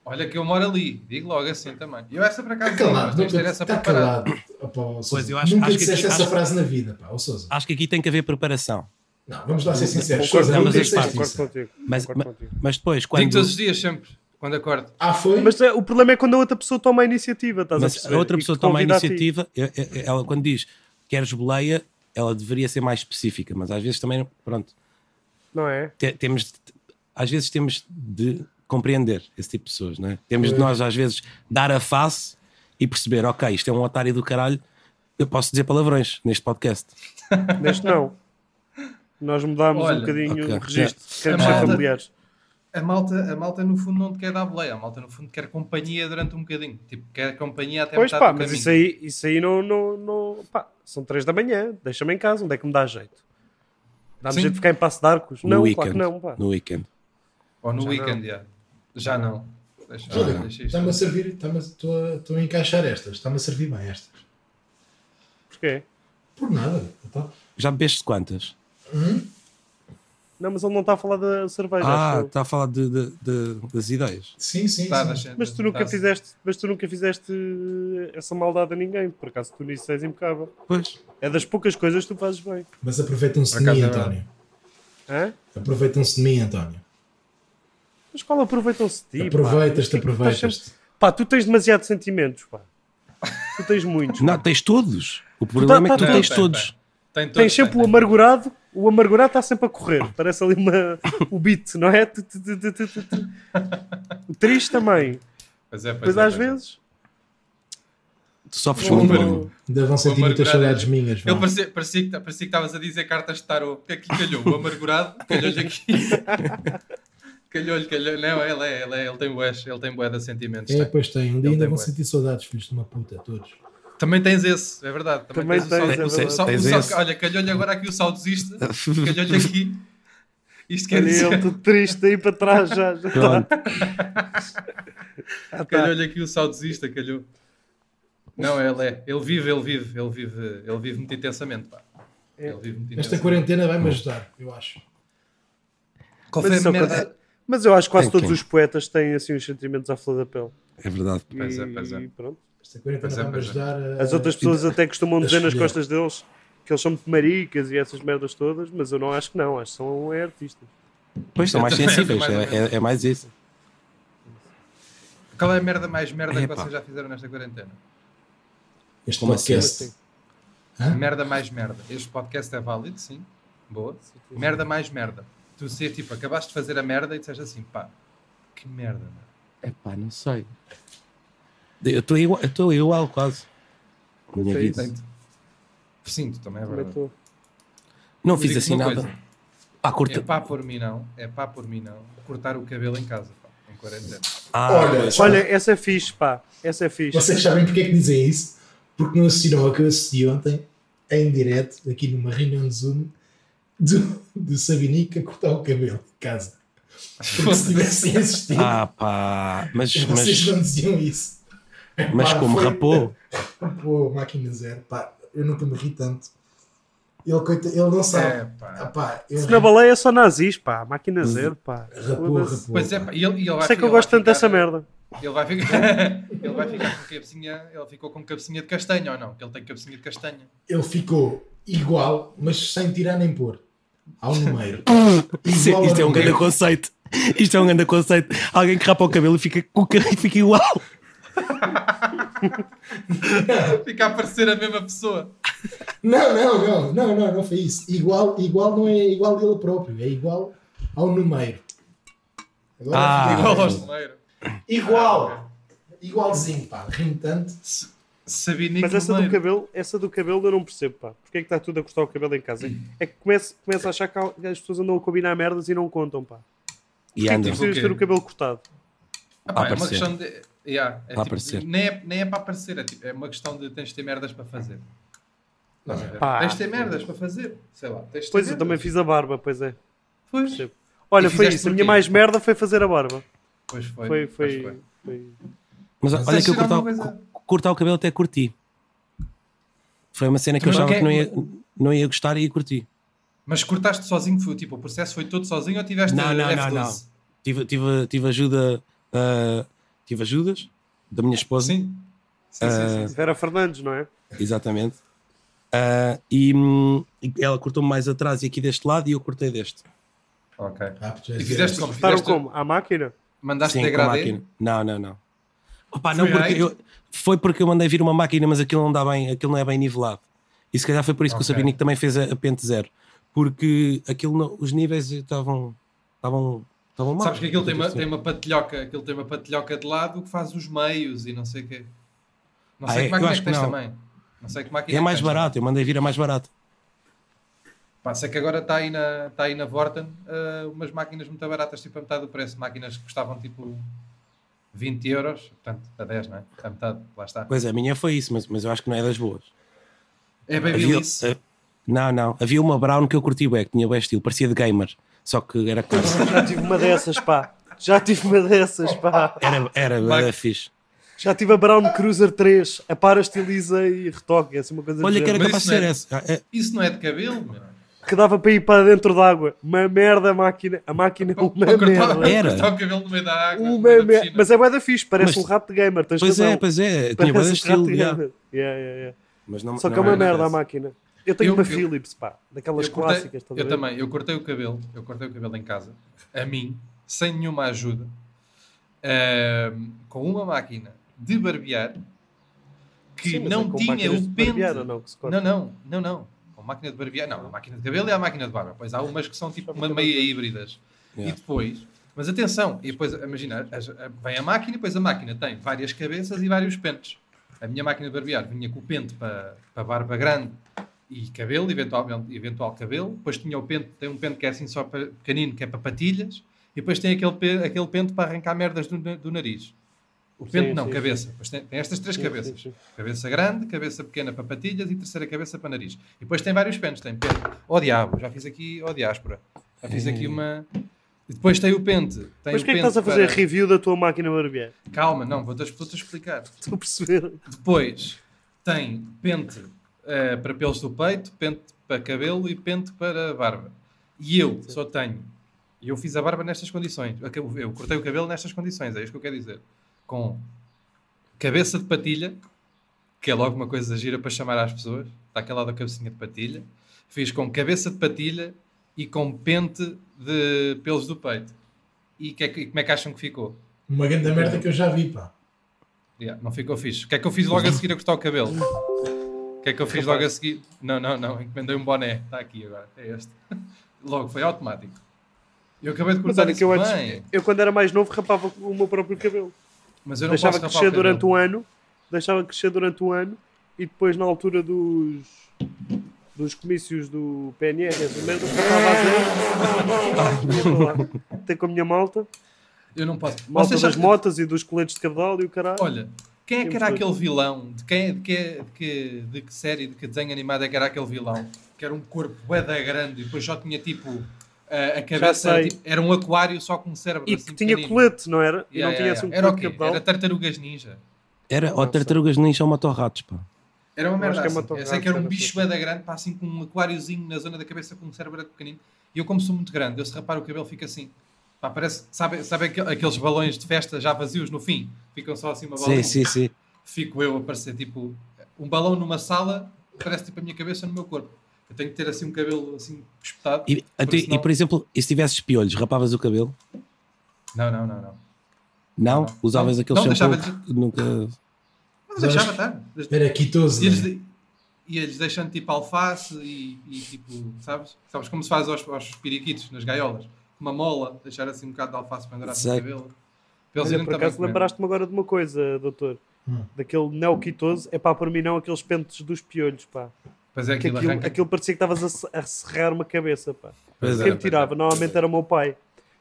Speaker 3: Olha que eu moro ali. Digo logo assim também. Eu essa para acaso
Speaker 2: Está Tá
Speaker 3: digo,
Speaker 2: calado.
Speaker 3: mas
Speaker 2: Não,
Speaker 3: tens de ter
Speaker 2: está
Speaker 3: essa
Speaker 2: está
Speaker 3: preparada.
Speaker 2: calado. Opa, ó, Sousa,
Speaker 4: Pois, eu acho-
Speaker 2: Nunca
Speaker 4: acho que
Speaker 2: disseste
Speaker 4: aqui-
Speaker 2: essa
Speaker 4: acho-
Speaker 2: frase na vida, pá. Ô Sousa.
Speaker 4: Acho que aqui tem que haver preparação.
Speaker 2: Não, vamos lá ser sinceros.
Speaker 5: Concordo,
Speaker 2: Sousa,
Speaker 4: não,
Speaker 2: nunca
Speaker 4: mas é
Speaker 2: disseste
Speaker 4: parte.
Speaker 5: Concordo
Speaker 2: isso.
Speaker 5: contigo.
Speaker 4: Mas,
Speaker 5: concordo
Speaker 4: ma-
Speaker 5: contigo.
Speaker 4: mas depois,
Speaker 3: Digo
Speaker 4: quando.
Speaker 3: todos os dias, sempre. Quando acordo.
Speaker 2: Ah, foi?
Speaker 5: Mas é, o problema é quando a outra pessoa toma a iniciativa, estás a
Speaker 4: Mas
Speaker 5: perceber?
Speaker 4: a outra
Speaker 5: E
Speaker 4: pessoa
Speaker 5: que
Speaker 4: toma a
Speaker 5: convida ti.
Speaker 4: iniciativa, eu- eu- ela quando diz queres boleia, ela deveria ser mais específica, mas às vezes também, pronto,
Speaker 5: Não é?
Speaker 4: te- temos de- às vezes temos de compreender esse tipo de pessoas, não é? Temos
Speaker 5: Uhum.
Speaker 4: de
Speaker 2: Pois.
Speaker 4: nós às vezes dar a face e perceber, ok, isto é um otário do caralho, eu posso dizer palavrões neste podcast.
Speaker 5: Neste não. Nós mudámos
Speaker 3: Olha, É um
Speaker 5: um bocadinho
Speaker 4: ok.
Speaker 5: o registro.
Speaker 3: A
Speaker 5: Queremos ser
Speaker 3: malta-
Speaker 5: familiares.
Speaker 3: A malta, a malta no fundo não te quer dar boleia. A malta no fundo quer companhia durante um bocadinho. Tipo, quer companhia até
Speaker 5: Pois
Speaker 3: metade
Speaker 5: pá,
Speaker 3: do
Speaker 5: mas
Speaker 3: caminho.
Speaker 5: isso aí, isso aí não, não, não- pá, são 3 da manhã, deixa-me em casa, onde é que me dá jeito? Dá-me
Speaker 3: Sim.
Speaker 5: jeito de ficar em Passo de Arcos?
Speaker 4: No
Speaker 5: não, claro
Speaker 4: weekend.
Speaker 5: que não, pá.
Speaker 4: No weekend.
Speaker 3: Ou no
Speaker 5: Já
Speaker 3: weekend, já. Já não. Deixa,
Speaker 2: Olha,
Speaker 3: deixa isto.
Speaker 2: Está-me a servir, está-me a- estou a, estou a encaixar estas, está-me a servir bem estas.
Speaker 5: Porquê?
Speaker 2: Por nada. Então,
Speaker 4: Já bebeste quantas?
Speaker 5: Não, mas ele não está a falar da cerveja,
Speaker 4: Ah,
Speaker 5: acho eu.
Speaker 4: está a falar de, de- de- das ideias.
Speaker 2: sim, sim.
Speaker 3: Tá,
Speaker 2: sim.
Speaker 3: deixa-
Speaker 5: Mas tu, nunca
Speaker 3: tá-se.
Speaker 5: fizeste, mas tu nunca fizeste eh, essa maldade a ninguém, por acaso tu nisso és impecável.
Speaker 4: Pois.
Speaker 5: É das poucas coisas que tu fazes bem.
Speaker 2: Mas aproveitam-se de
Speaker 3: Por
Speaker 2: mim,
Speaker 3: acaso é verdade.
Speaker 2: António.
Speaker 5: Hã?
Speaker 2: Aproveitam-se de mim, António.
Speaker 5: Mas qual aproveitam-se de ti? pá?
Speaker 2: Aproveitas-te,
Speaker 5: Tipo, tu estás
Speaker 2: aproveitas-te.
Speaker 5: sempre- Pá, tu tens demasiados sentimentos, pá. Tu tens muitos.
Speaker 4: Não, tens todos. O problema é que
Speaker 5: tá-
Speaker 4: tu
Speaker 3: Não,
Speaker 4: tens
Speaker 3: tem,
Speaker 4: todos.
Speaker 3: tem. Tem todos,
Speaker 5: Tens sempre
Speaker 3: tem,
Speaker 5: o
Speaker 3: tem.
Speaker 5: amargurado, o amargurado está sempre a correr. Parece ali uma, o beat, não é? Tu, tu, tu, tu, tu, tu, tu. O triste também.
Speaker 3: Pois é, pois
Speaker 5: Mas
Speaker 3: é,
Speaker 5: às
Speaker 3: pois é.
Speaker 5: vezes.
Speaker 4: Tu sofres
Speaker 5: não-
Speaker 4: com vergonha.
Speaker 2: Ainda vão sentir muitas
Speaker 3: amargurado.
Speaker 2: saudades minhas.
Speaker 3: Ele
Speaker 2: vá.
Speaker 3: parecia, parecia, que, parecia que estavas a dizer cartas de tarô. Porque aqui calhou o amargurado, calhou-lhe aqui. calhou-lhe, calhou Não, ele é, ele é, ele tem bué, ele tem bué de sentimentos.
Speaker 2: É,
Speaker 3: tem.
Speaker 2: pois tem. Um dia
Speaker 3: Ele
Speaker 2: ainda
Speaker 3: tem
Speaker 2: vão
Speaker 3: bué.
Speaker 2: sentir saudades, filhos de uma puta, todos.
Speaker 3: Também tens esse, é verdade.
Speaker 5: Também
Speaker 3: o
Speaker 5: tens,
Speaker 3: saud-
Speaker 5: é
Speaker 3: o
Speaker 5: verdade.
Speaker 3: sa-
Speaker 4: Tens
Speaker 3: o sa-
Speaker 4: esse.
Speaker 3: Olha, calhou-lhe agora aqui o saudosista, calhou-lhe aqui. Isto quer
Speaker 5: Olha ele,
Speaker 3: dizer,
Speaker 5: tudo triste aí para trás já. já está.
Speaker 4: Pronto.
Speaker 5: Ah, tá.
Speaker 3: calhou-lhe aqui o saudosista, calhou. Não, ele é. Ele vive, ele vive, ele vive, ele vive muito intensamente, pá.
Speaker 5: É.
Speaker 3: Ele vive muito
Speaker 2: Esta
Speaker 3: intensamente.
Speaker 2: quarentena vai-me ajudar, eu acho.
Speaker 3: Qual
Speaker 5: Mas,
Speaker 3: foi
Speaker 5: isso
Speaker 3: a
Speaker 5: acontece-
Speaker 3: merda?
Speaker 5: Mas eu acho que quase
Speaker 4: Tem
Speaker 5: todos
Speaker 4: quem?
Speaker 5: os poetas têm assim os sentimentos à flor da pele.
Speaker 4: É verdade.
Speaker 3: Pois
Speaker 5: e,
Speaker 3: é, pois é.
Speaker 5: e pronto.
Speaker 2: Esta quarentena
Speaker 3: Pois é,
Speaker 2: vai-me
Speaker 3: pois é.
Speaker 2: ajudar a...
Speaker 5: As outras pessoas até costumam
Speaker 2: a
Speaker 5: dizer nas
Speaker 2: escolher.
Speaker 5: costas deles que eles são muito maricas e essas merdas todas, mas eu não acho que não, acho que são é artistas.
Speaker 4: Pois são mais
Speaker 3: Também,
Speaker 4: sensíveis.
Speaker 3: mais ou
Speaker 4: É,
Speaker 3: menos.
Speaker 4: é- é mais isso.
Speaker 3: Qual é a merda mais merda que
Speaker 4: Epá.
Speaker 3: vocês já fizeram nesta quarentena?
Speaker 2: Este
Speaker 4: Como
Speaker 2: podcast.
Speaker 5: assim?
Speaker 2: Hã?
Speaker 3: Merda mais merda. Este podcast é válido, sim. Boa. Merda mais merda. Tu ser tipo, acabaste de fazer a merda e disseste assim, pá, que merda, mano.
Speaker 4: Epá, não sei. Eu estou igual, eu estou igual quase. Minha
Speaker 5: sei
Speaker 4: vida.
Speaker 3: Sinto. Sinto, também é
Speaker 5: Também
Speaker 3: verdade.
Speaker 5: estou.
Speaker 4: Não
Speaker 3: Mas
Speaker 4: fiz
Speaker 3: digo-te
Speaker 4: assim
Speaker 3: uma
Speaker 4: nada.
Speaker 3: coisa,
Speaker 4: Pá, curta.
Speaker 3: É pá por mim não, é pá por mim não. Cortar o cabelo em casa, pá, em quarentena.
Speaker 4: Ah,
Speaker 2: Olha,
Speaker 5: Olha,
Speaker 2: olha,
Speaker 5: essa é fixe, pá. Essa é fixe.
Speaker 2: vocês sabem porque é que dizem isso? Porque não assistiram ao que eu assisti ontem, em direto, aqui numa reunião de Zoom, do, do Sabinica cortar o cabelo de casa. Porque se tivessem assistido,
Speaker 4: ah pá, mas,
Speaker 2: vocês
Speaker 4: mas,
Speaker 2: não diziam isso.
Speaker 4: mas
Speaker 2: Pá,
Speaker 4: como
Speaker 2: foi-
Speaker 4: rapou.
Speaker 2: Pô, máquina zero, pá, eu nunca me ri tanto. Ele, coita, ele não sabe.
Speaker 3: É,
Speaker 2: Ah,
Speaker 3: pá.
Speaker 2: pá, eu
Speaker 5: Se na baleia é só nazis, pá. Máquina zero, pá.
Speaker 2: rapou,
Speaker 5: Foda-se.
Speaker 2: rapou.
Speaker 3: Pois é, pá. E ele, e ele vai
Speaker 5: Sei que eu
Speaker 3: ele vai
Speaker 5: gosto tanto
Speaker 3: ficar-
Speaker 5: dessa merda.
Speaker 3: Ele vai ficar, ele vai ficar com cabecinha, ele ficou com cabecinha de castanha ou não? Que ele tem cabecinha de castanha.
Speaker 2: ele ficou igual, mas sem tirar nem pôr. Ao número.
Speaker 4: Isso,
Speaker 2: Igual
Speaker 4: é- isto é
Speaker 2: ao
Speaker 4: um grande
Speaker 2: número.
Speaker 4: conceito. Isto é um grande conceito. Alguém que rapa o cabelo e fica, com o cabelo e fica igual.
Speaker 3: Fica a parecer a mesma pessoa.
Speaker 2: Não, não, não, não, não, não foi isso. Igual, igual não é igual dele próprio, é igual ao número. Agora
Speaker 4: Ah.
Speaker 2: fica
Speaker 3: Igual ao
Speaker 2: igual.
Speaker 3: estaleiro.
Speaker 2: Igual. Igualzinho, pá, rimo tanto.
Speaker 3: S- Sabinico
Speaker 5: Mas essa do
Speaker 3: Leiro.
Speaker 5: cabelo, essa do cabelo eu não percebo, pá. Porquê é que está tudo a cortar o cabelo em casa? É que começo, começo a achar que as pessoas andam a combinar merdas e não contam, pá.
Speaker 4: E
Speaker 5: Porquê é que
Speaker 4: anda.
Speaker 5: tu
Speaker 3: tipo-
Speaker 5: precisas
Speaker 3: Ok.
Speaker 5: ter o cabelo cortado?
Speaker 3: Ah, pá, é uma
Speaker 4: aparecer.
Speaker 3: questão de. Yeah, é
Speaker 4: Para
Speaker 3: tipo,
Speaker 4: aparecer.
Speaker 3: Nem é, nem é para aparecer, é, tipo, é uma questão de tens de ter merdas para fazer. Estás a ver?
Speaker 5: Pá.
Speaker 3: Tens de ter merdas para fazer. Sei lá. Tens de ter
Speaker 5: Pois, eu também
Speaker 3: merdas.
Speaker 5: fiz a barba, pois é.
Speaker 3: Pois,
Speaker 5: Percebo. Olha,
Speaker 3: E
Speaker 5: foi
Speaker 3: fizeste
Speaker 5: isso. A
Speaker 3: porquê?
Speaker 5: minha mais merda foi fazer a barba.
Speaker 3: pois foi.
Speaker 5: Foi,
Speaker 3: pois
Speaker 5: foi, foi.
Speaker 4: Mas
Speaker 3: Mas
Speaker 4: olha que eu
Speaker 3: achas
Speaker 4: cortar,
Speaker 3: alguma coisa?
Speaker 4: cu- cortar o cabelo até curti. Foi uma cena que eu
Speaker 3: Também
Speaker 4: achava que não
Speaker 3: não
Speaker 4: ia, não ia gostar e ia curtir.
Speaker 3: Mas cortaste sozinho, foi, tipo, o processo foi todo sozinho ou tiveste
Speaker 4: Não, não, não,
Speaker 3: F12?
Speaker 4: não. Tive, tive, tive ajuda. ah, tive ajudas da minha esposa.
Speaker 3: Sim. Sim, sim, sim, sim.
Speaker 5: Vera Fernandes, não é?
Speaker 4: Exatamente. Ah, e, hum, e ela cortou-me mais atrás e aqui deste lado e eu cortei deste.
Speaker 3: Ok.
Speaker 2: Ah, tu és
Speaker 3: E fizeste como?
Speaker 5: Cortaram
Speaker 3: Fizeste,
Speaker 5: como? À máquina?
Speaker 3: mandaste
Speaker 4: Sim, com a
Speaker 3: degradê?
Speaker 4: máquina. Não, não, não. Opa,
Speaker 3: Foi
Speaker 4: não porque
Speaker 3: aí?
Speaker 4: eu- foi porque eu mandei vir uma máquina, mas aquilo não dá bem, aquilo não é bem nivelado. E se calhar foi por isso que
Speaker 3: Ok.
Speaker 4: o Sabinico também fez a, a pente zero. Porque aquilo não- os níveis estavam estavam estavam É mal.
Speaker 3: Sabes que aquilo tem uma, tem uma patilhoca, aquilo tem uma patilhoca de lado que faz os meios e não sei o quê. Não
Speaker 4: Ah,
Speaker 3: sei
Speaker 4: é?
Speaker 3: que
Speaker 4: Eu
Speaker 3: máquina é
Speaker 4: acho
Speaker 3: que
Speaker 4: que
Speaker 3: tens
Speaker 4: não.
Speaker 3: também. Não sei que máquina
Speaker 4: É mais
Speaker 3: que tens
Speaker 4: barato, eu mandei vir a mais barata.
Speaker 3: também. Pá, sei que agora está aí na, está aí na Vorten ah, umas máquinas muito baratas, tipo a metade do preço. Máquinas que custavam tipo 20 euros, portanto, a 10, não é? A metade, lá está.
Speaker 4: Pois é, a minha foi isso, mas, mas eu acho que não é das boas.
Speaker 3: É
Speaker 4: Havia-
Speaker 3: Babyliss.
Speaker 4: eh, não, não. Havia uma Brown que eu curti bem, que tinha bem estilo, parecia de gamer, só que era caro.
Speaker 5: Já tive uma dessas, pá. Já tive uma dessas, pá.
Speaker 4: Era, era,
Speaker 3: Marco.
Speaker 4: era fixe.
Speaker 5: Já tive a Brown Cruiser 3. A para estiliza e retoque. Assim, uma coisa do
Speaker 4: Olha que era
Speaker 5: género.
Speaker 3: Mas
Speaker 4: capaz de
Speaker 3: isso não é-
Speaker 4: ser essa. Ah, é-
Speaker 3: Isso não é de cabelo, meu.
Speaker 5: que dava para ir para dentro d'água. Uma merda a máquina. A máquina é uma
Speaker 3: Para cortar,
Speaker 5: merda.
Speaker 4: Era.
Speaker 3: cortar o cabelo no meio da água. no
Speaker 5: Uma
Speaker 3: meio da
Speaker 5: merda.
Speaker 3: piscina.
Speaker 5: Mas é bué da fixe. Parece
Speaker 4: Mas-
Speaker 5: um rato de gamer. Tens
Speaker 4: Pois
Speaker 5: razão.
Speaker 3: então,
Speaker 4: é, pois é. Tinha bem
Speaker 5: Parece um
Speaker 4: estilo.
Speaker 5: rato de
Speaker 4: yeah.
Speaker 5: gamer. Yeah, yeah, yeah.
Speaker 4: Mas não,
Speaker 5: Só que é
Speaker 4: não
Speaker 5: uma
Speaker 4: era
Speaker 5: merda a
Speaker 4: dessa.
Speaker 5: máquina. Eu tenho
Speaker 3: Eu-
Speaker 5: uma
Speaker 3: eu-
Speaker 5: Philips, pá. Daquelas
Speaker 3: eu cortei-
Speaker 5: clássicas. estás a
Speaker 3: Eu
Speaker 5: ver?
Speaker 3: também, eu cortei o cabelo, eu cortei o cabelo em casa, a mim, sem nenhuma ajuda, ehm, com uma máquina de barbear que
Speaker 5: Sim, mas é
Speaker 3: não
Speaker 5: com
Speaker 3: tinha
Speaker 5: máquinas
Speaker 3: o
Speaker 5: de
Speaker 3: pente.
Speaker 5: barbear ou não que se corta?
Speaker 3: Não, não, não, não. Com máquina de barbear, não, a máquina de cabelo e a máquina de barba. Pois há umas que são tipo uma meia híbridas.
Speaker 4: Yeah.
Speaker 3: E depois, mas atenção, e depois, imagina, as- a- vem a máquina e depois a máquina tem várias cabeças e vários pentes. A minha máquina de barbear vinha com o pente para, para barba grande e cabelo, eventualmente, eventual cabelo. Depois tinha o pente, tem um pente que é assim só para, pequenino, que é para patilhas. E depois tem aquele, pe- aquele pente para arrancar merdas do, na- do nariz. O pente
Speaker 5: Sim,
Speaker 3: não,
Speaker 5: sim,
Speaker 3: cabeça. Depois tem, tem estas três
Speaker 5: Sim,
Speaker 3: cabeças.
Speaker 5: sim, sim.
Speaker 3: Cabeça grande, cabeça pequena para patilhas e terceira cabeça para nariz. E depois tem vários pentes. Tem pente, ó diabo, já fiz aqui, ó diáspora. Já fiz aqui uma... E depois tem o pente. Tem
Speaker 5: Mas
Speaker 3: o
Speaker 5: o que é que
Speaker 3: pente
Speaker 5: estás a fazer?
Speaker 3: para-
Speaker 5: Review da tua máquina barbear?
Speaker 3: Calma, não, vou-te vou-te explicar.
Speaker 5: Estou a perceber.
Speaker 3: Depois tem pente eh, para pelos do peito, pente para cabelo e pente para barba. E eu só tenho. e Eu fiz a barba nestas condições. Eu eu cortei o cabelo nestas condições, é isto que eu quero dizer. Com cabeça de patilha, que é logo uma coisa gira para chamar às pessoas. Está aquela da cabecinha de patilha. Fiz com cabeça de patilha e com pente de pelos do peito. E, que é que- e como é que acham que ficou?
Speaker 2: Uma grande merda que eu já vi, pá.
Speaker 3: Yeah, não ficou fixe. O que é que eu fiz logo a seguir a cortar o cabelo? O que é que eu fiz logo a seguir? Não, não, não, encomendei um boné, está aqui agora, é este. Logo, foi automático. Eu acabei de
Speaker 5: Mas
Speaker 3: cortar
Speaker 5: olha
Speaker 3: isso
Speaker 5: que eu antes,
Speaker 3: bem,
Speaker 5: eu quando era mais novo rapava o meu próprio cabelo.
Speaker 3: mas eu não
Speaker 5: deixava
Speaker 3: posso rapar o
Speaker 5: crescer durante
Speaker 3: cabelo.
Speaker 5: um ano, deixava crescer durante um ano e depois na altura dos dos comícios do PNR, essa merda, estava a dizer, até com a minha malta,
Speaker 3: Eu não posso.
Speaker 5: um malta
Speaker 3: Vocês
Speaker 5: das
Speaker 3: sabem-
Speaker 5: motas e dos coletes de cabedal e o caralho.
Speaker 3: Olha, quem é que era
Speaker 5: Temos
Speaker 3: aquele vilão? De, quem, de, que, de, que, de que série, de que desenho animado é que era aquele vilão? Que era um corpo bué-da grande e depois só tinha tipo a, a cabeça.
Speaker 5: sei.
Speaker 3: era, tipo- Era um aquário só com um cérebro
Speaker 5: e
Speaker 3: assim
Speaker 5: que tinha
Speaker 3: pequenino.
Speaker 5: colete, não era? e
Speaker 3: Yeah,
Speaker 5: não tinha
Speaker 3: yeah,
Speaker 5: assim um
Speaker 3: yeah. Era o
Speaker 5: colete de
Speaker 3: quê?
Speaker 5: cabedal.
Speaker 3: Era Tartarugas Ninja.
Speaker 4: Era ou
Speaker 5: Não sei.
Speaker 4: tartarugas ninja ou motorratos, pá.
Speaker 3: Era uma
Speaker 5: Eu
Speaker 3: merda.
Speaker 5: acho que é
Speaker 3: assim.
Speaker 5: uma torrada,
Speaker 3: Eu sei que era um
Speaker 5: era
Speaker 3: bicho
Speaker 5: assim.
Speaker 3: bué-da grande, pá, assim com um aquáriozinho na zona da cabeça com um cérebro pequenino. E eu, como sou muito grande, eu se reparo o cabelo fica assim. Pá, parece, sabe, sabe aquel- aqueles balões de festa já vazios no fim? Ficam só assim uma bola.
Speaker 4: Sim, sim, sim.
Speaker 3: fico eu a parecer tipo um balão numa sala, parece tipo a minha cabeça no meu corpo. Eu tenho que ter assim um cabelo assim espetado.
Speaker 4: E, até-
Speaker 3: senão-
Speaker 4: e, por exemplo, e se tivesses piolhos, rapavas o cabelo?
Speaker 3: Não, não, não, não.
Speaker 4: Não?
Speaker 3: Não.
Speaker 4: Usavas
Speaker 3: Não,
Speaker 4: aquele
Speaker 3: não,
Speaker 4: shampoo
Speaker 3: deixava
Speaker 4: que nunca.
Speaker 3: Não
Speaker 2: Mas
Speaker 3: deixava
Speaker 2: acho-
Speaker 3: estar.
Speaker 2: Era quitoso.
Speaker 3: E eles,
Speaker 2: né?
Speaker 3: de- e eles deixando tipo alface e, e, tipo, sabes? Sabes como se faz aos, aos piriquitos, nas gaiolas? Uma mola, deixar assim um bocado de alface pendurado no
Speaker 4: Sei.
Speaker 3: cabelo. Para eles
Speaker 5: Olha,
Speaker 3: irem
Speaker 5: por
Speaker 3: também é?
Speaker 5: acaso
Speaker 3: comendo.
Speaker 5: lembraste-me agora de uma coisa, doutor.
Speaker 2: Hum.
Speaker 5: Daquele neoquitoso, é pá, por mim não aqueles pentes dos piolhos, pá.
Speaker 3: Pois é,
Speaker 5: Que
Speaker 3: aquilo,
Speaker 5: aquilo,
Speaker 3: arranca.
Speaker 5: aquilo parecia que estavas a se- a serrar uma cabeça, pá.
Speaker 4: Pois
Speaker 5: Quem
Speaker 4: é.
Speaker 5: me tirava normalmente era o meu pai.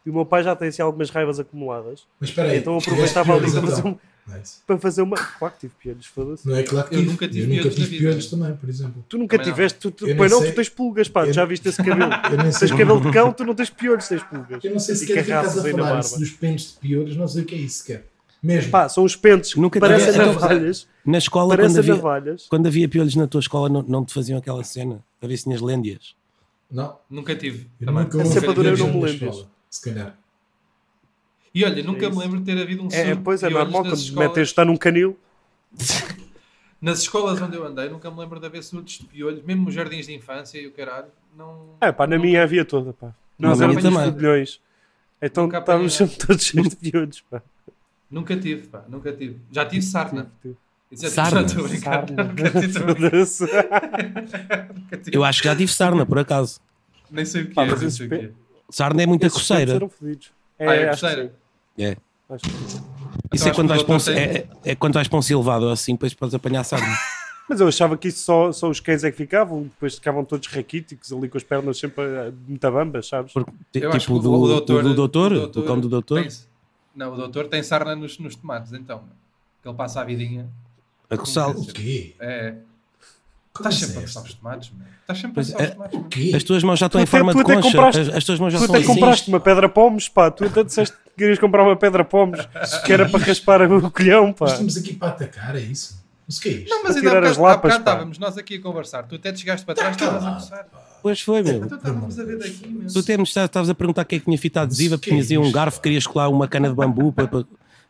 Speaker 5: E o meu pai já tem assim algumas raivas acumuladas.
Speaker 2: Mas espera aí.
Speaker 5: então eu aproveitava ali
Speaker 2: tiveste
Speaker 5: para
Speaker 2: piolhos,
Speaker 5: fazer, um-
Speaker 2: então. Nice.
Speaker 5: para fazer uma. Claro que tive piolhos, foda-se.
Speaker 2: Não é claro que
Speaker 3: Eu
Speaker 2: tive.
Speaker 3: nunca tive
Speaker 2: eu nunca
Speaker 3: piolhos na
Speaker 2: tive
Speaker 3: vida.
Speaker 2: piolhos também, por exemplo.
Speaker 5: Tu nunca
Speaker 3: Também não.
Speaker 5: tiveste. Tu, tu,
Speaker 2: Eu
Speaker 5: pois
Speaker 2: nem
Speaker 5: não,
Speaker 2: sei-
Speaker 5: tu tens pulgas, pá.
Speaker 2: eu-
Speaker 5: Já viste esse cabelo.
Speaker 2: Eu nem sei é.
Speaker 5: tens cabelo de cão, tu não tens piolhos, tens pulgas.
Speaker 2: Eu não sei se
Speaker 5: E
Speaker 2: quer que
Speaker 5: carraças
Speaker 2: estás a
Speaker 5: aí na
Speaker 2: falar
Speaker 5: barba.
Speaker 2: isso dos pentes de piolhos, não sei o que é isso sequer. Mesmo.
Speaker 5: Pá, são os pentes que
Speaker 4: Nunca
Speaker 5: parecem
Speaker 4: tiveste-
Speaker 5: navalhas.
Speaker 4: Na escola, quando
Speaker 5: Parecem
Speaker 4: havia,
Speaker 5: navalhas.
Speaker 4: quando havia piolhos na tua escola, não, não te faziam aquela cena? Para ver se tinhas lêndias.
Speaker 2: não,
Speaker 3: Nunca tive.
Speaker 2: eu
Speaker 3: também.
Speaker 2: nunca
Speaker 5: Essa
Speaker 2: ouvi
Speaker 5: padura eu não me
Speaker 2: piolhos na
Speaker 5: lembro.
Speaker 2: escola, Se calhar.
Speaker 3: E olha, nunca me
Speaker 5: isso.
Speaker 3: lembro de ter havido um surto
Speaker 5: É,
Speaker 3: de
Speaker 5: pois é
Speaker 3: piolhos
Speaker 5: normal
Speaker 3: nas
Speaker 5: quando
Speaker 3: escolas.
Speaker 5: metes está num canil.
Speaker 3: Nas escolas onde eu andei, nunca me lembro de haver surtos de piolhos, mesmo os jardins de infância e o caralho. Não...
Speaker 5: É, pá, na minha havia toda, pá.
Speaker 4: Na
Speaker 5: Nós
Speaker 4: minha
Speaker 5: éramos
Speaker 4: também.
Speaker 5: milhões. Então
Speaker 3: Nunca
Speaker 5: estávamos
Speaker 3: apanhei.
Speaker 5: sempre todos cheios de piolhos, pá.
Speaker 3: Nunca tive, pá, nunca tive. Já tive sarna. Isso é
Speaker 4: Sarna?
Speaker 3: tudo, estou a brincar.
Speaker 5: Sarna.
Speaker 3: Nunca tive, estou a brincar.
Speaker 5: Foda-se.
Speaker 3: Nunca tive.
Speaker 4: Eu acho que já tive sarna, por acaso.
Speaker 3: Nem sei o que
Speaker 5: Pá,
Speaker 3: é,
Speaker 5: mas
Speaker 3: nem
Speaker 5: esse
Speaker 3: sei o que
Speaker 5: pe-
Speaker 3: é.
Speaker 4: Sarna é muita
Speaker 5: Esses
Speaker 4: coceira.
Speaker 5: tempos eram fodidos. É,
Speaker 3: Ah, é
Speaker 5: acho que
Speaker 3: coceira?
Speaker 5: sim,
Speaker 4: É.
Speaker 5: acho que sim.
Speaker 4: Isso é
Speaker 3: acho
Speaker 4: quando,
Speaker 3: que o
Speaker 4: vais para um,
Speaker 3: doutor
Speaker 4: é, é- é quando vais para um silvado ou assim, depois podes apanhar sarna.
Speaker 5: Mas eu achava que isso só, só os cães é que ficavam, depois ficavam todos raquíticos ali com as pernas sempre eh, muito abambas, sabes?
Speaker 4: Porque,
Speaker 3: Eu acho
Speaker 4: tipo
Speaker 3: que
Speaker 4: do, do doutor, do, cão do doutor,
Speaker 3: tem- não, o doutor tem sarna nos, nos tomates, então. Que ele passa a vidinha.
Speaker 4: a coçá-los.
Speaker 2: O quê?
Speaker 3: É.
Speaker 2: Como
Speaker 3: Estás
Speaker 2: é
Speaker 3: sempre a
Speaker 2: esta?
Speaker 3: coçar os tomates, meu. Estás sempre a
Speaker 4: Pois
Speaker 3: coçar os
Speaker 4: é.
Speaker 3: tomates, meu.
Speaker 2: O quê?
Speaker 4: As tuas mãos já estão
Speaker 5: Tu
Speaker 4: em
Speaker 5: até-
Speaker 4: forma
Speaker 5: tu
Speaker 4: de
Speaker 5: até
Speaker 4: concha.
Speaker 5: compraste-
Speaker 4: as, as tuas mãos já
Speaker 5: Tu
Speaker 4: são
Speaker 5: até
Speaker 4: assim.
Speaker 5: compraste uma pedra pomes, pá, tu até disseste que querias comprar uma pedra pomes, que era para raspar o colhão, pá.
Speaker 2: Nós estamos aqui para atacar, é isso? Mas o que é isto?
Speaker 3: Não, mas ainda
Speaker 5: Para
Speaker 3: há
Speaker 5: tirar
Speaker 3: bocado,
Speaker 5: as lapas,
Speaker 3: há bocado
Speaker 5: pá.
Speaker 3: estávamos nós aqui a conversar. Tu até te chegaste para trás,
Speaker 2: Tá
Speaker 3: estavas a
Speaker 2: calado,
Speaker 3: coçar.
Speaker 4: Pois foi, meu.
Speaker 3: Então estávamos a ver daqui, meu.
Speaker 4: Tu até me está- estavas a perguntar o que é que tinha fita adesiva,
Speaker 2: Que
Speaker 4: porque tinhas aí um
Speaker 2: isto,
Speaker 4: garfo,
Speaker 2: pá.
Speaker 4: querias colar uma cana de bambu para, para,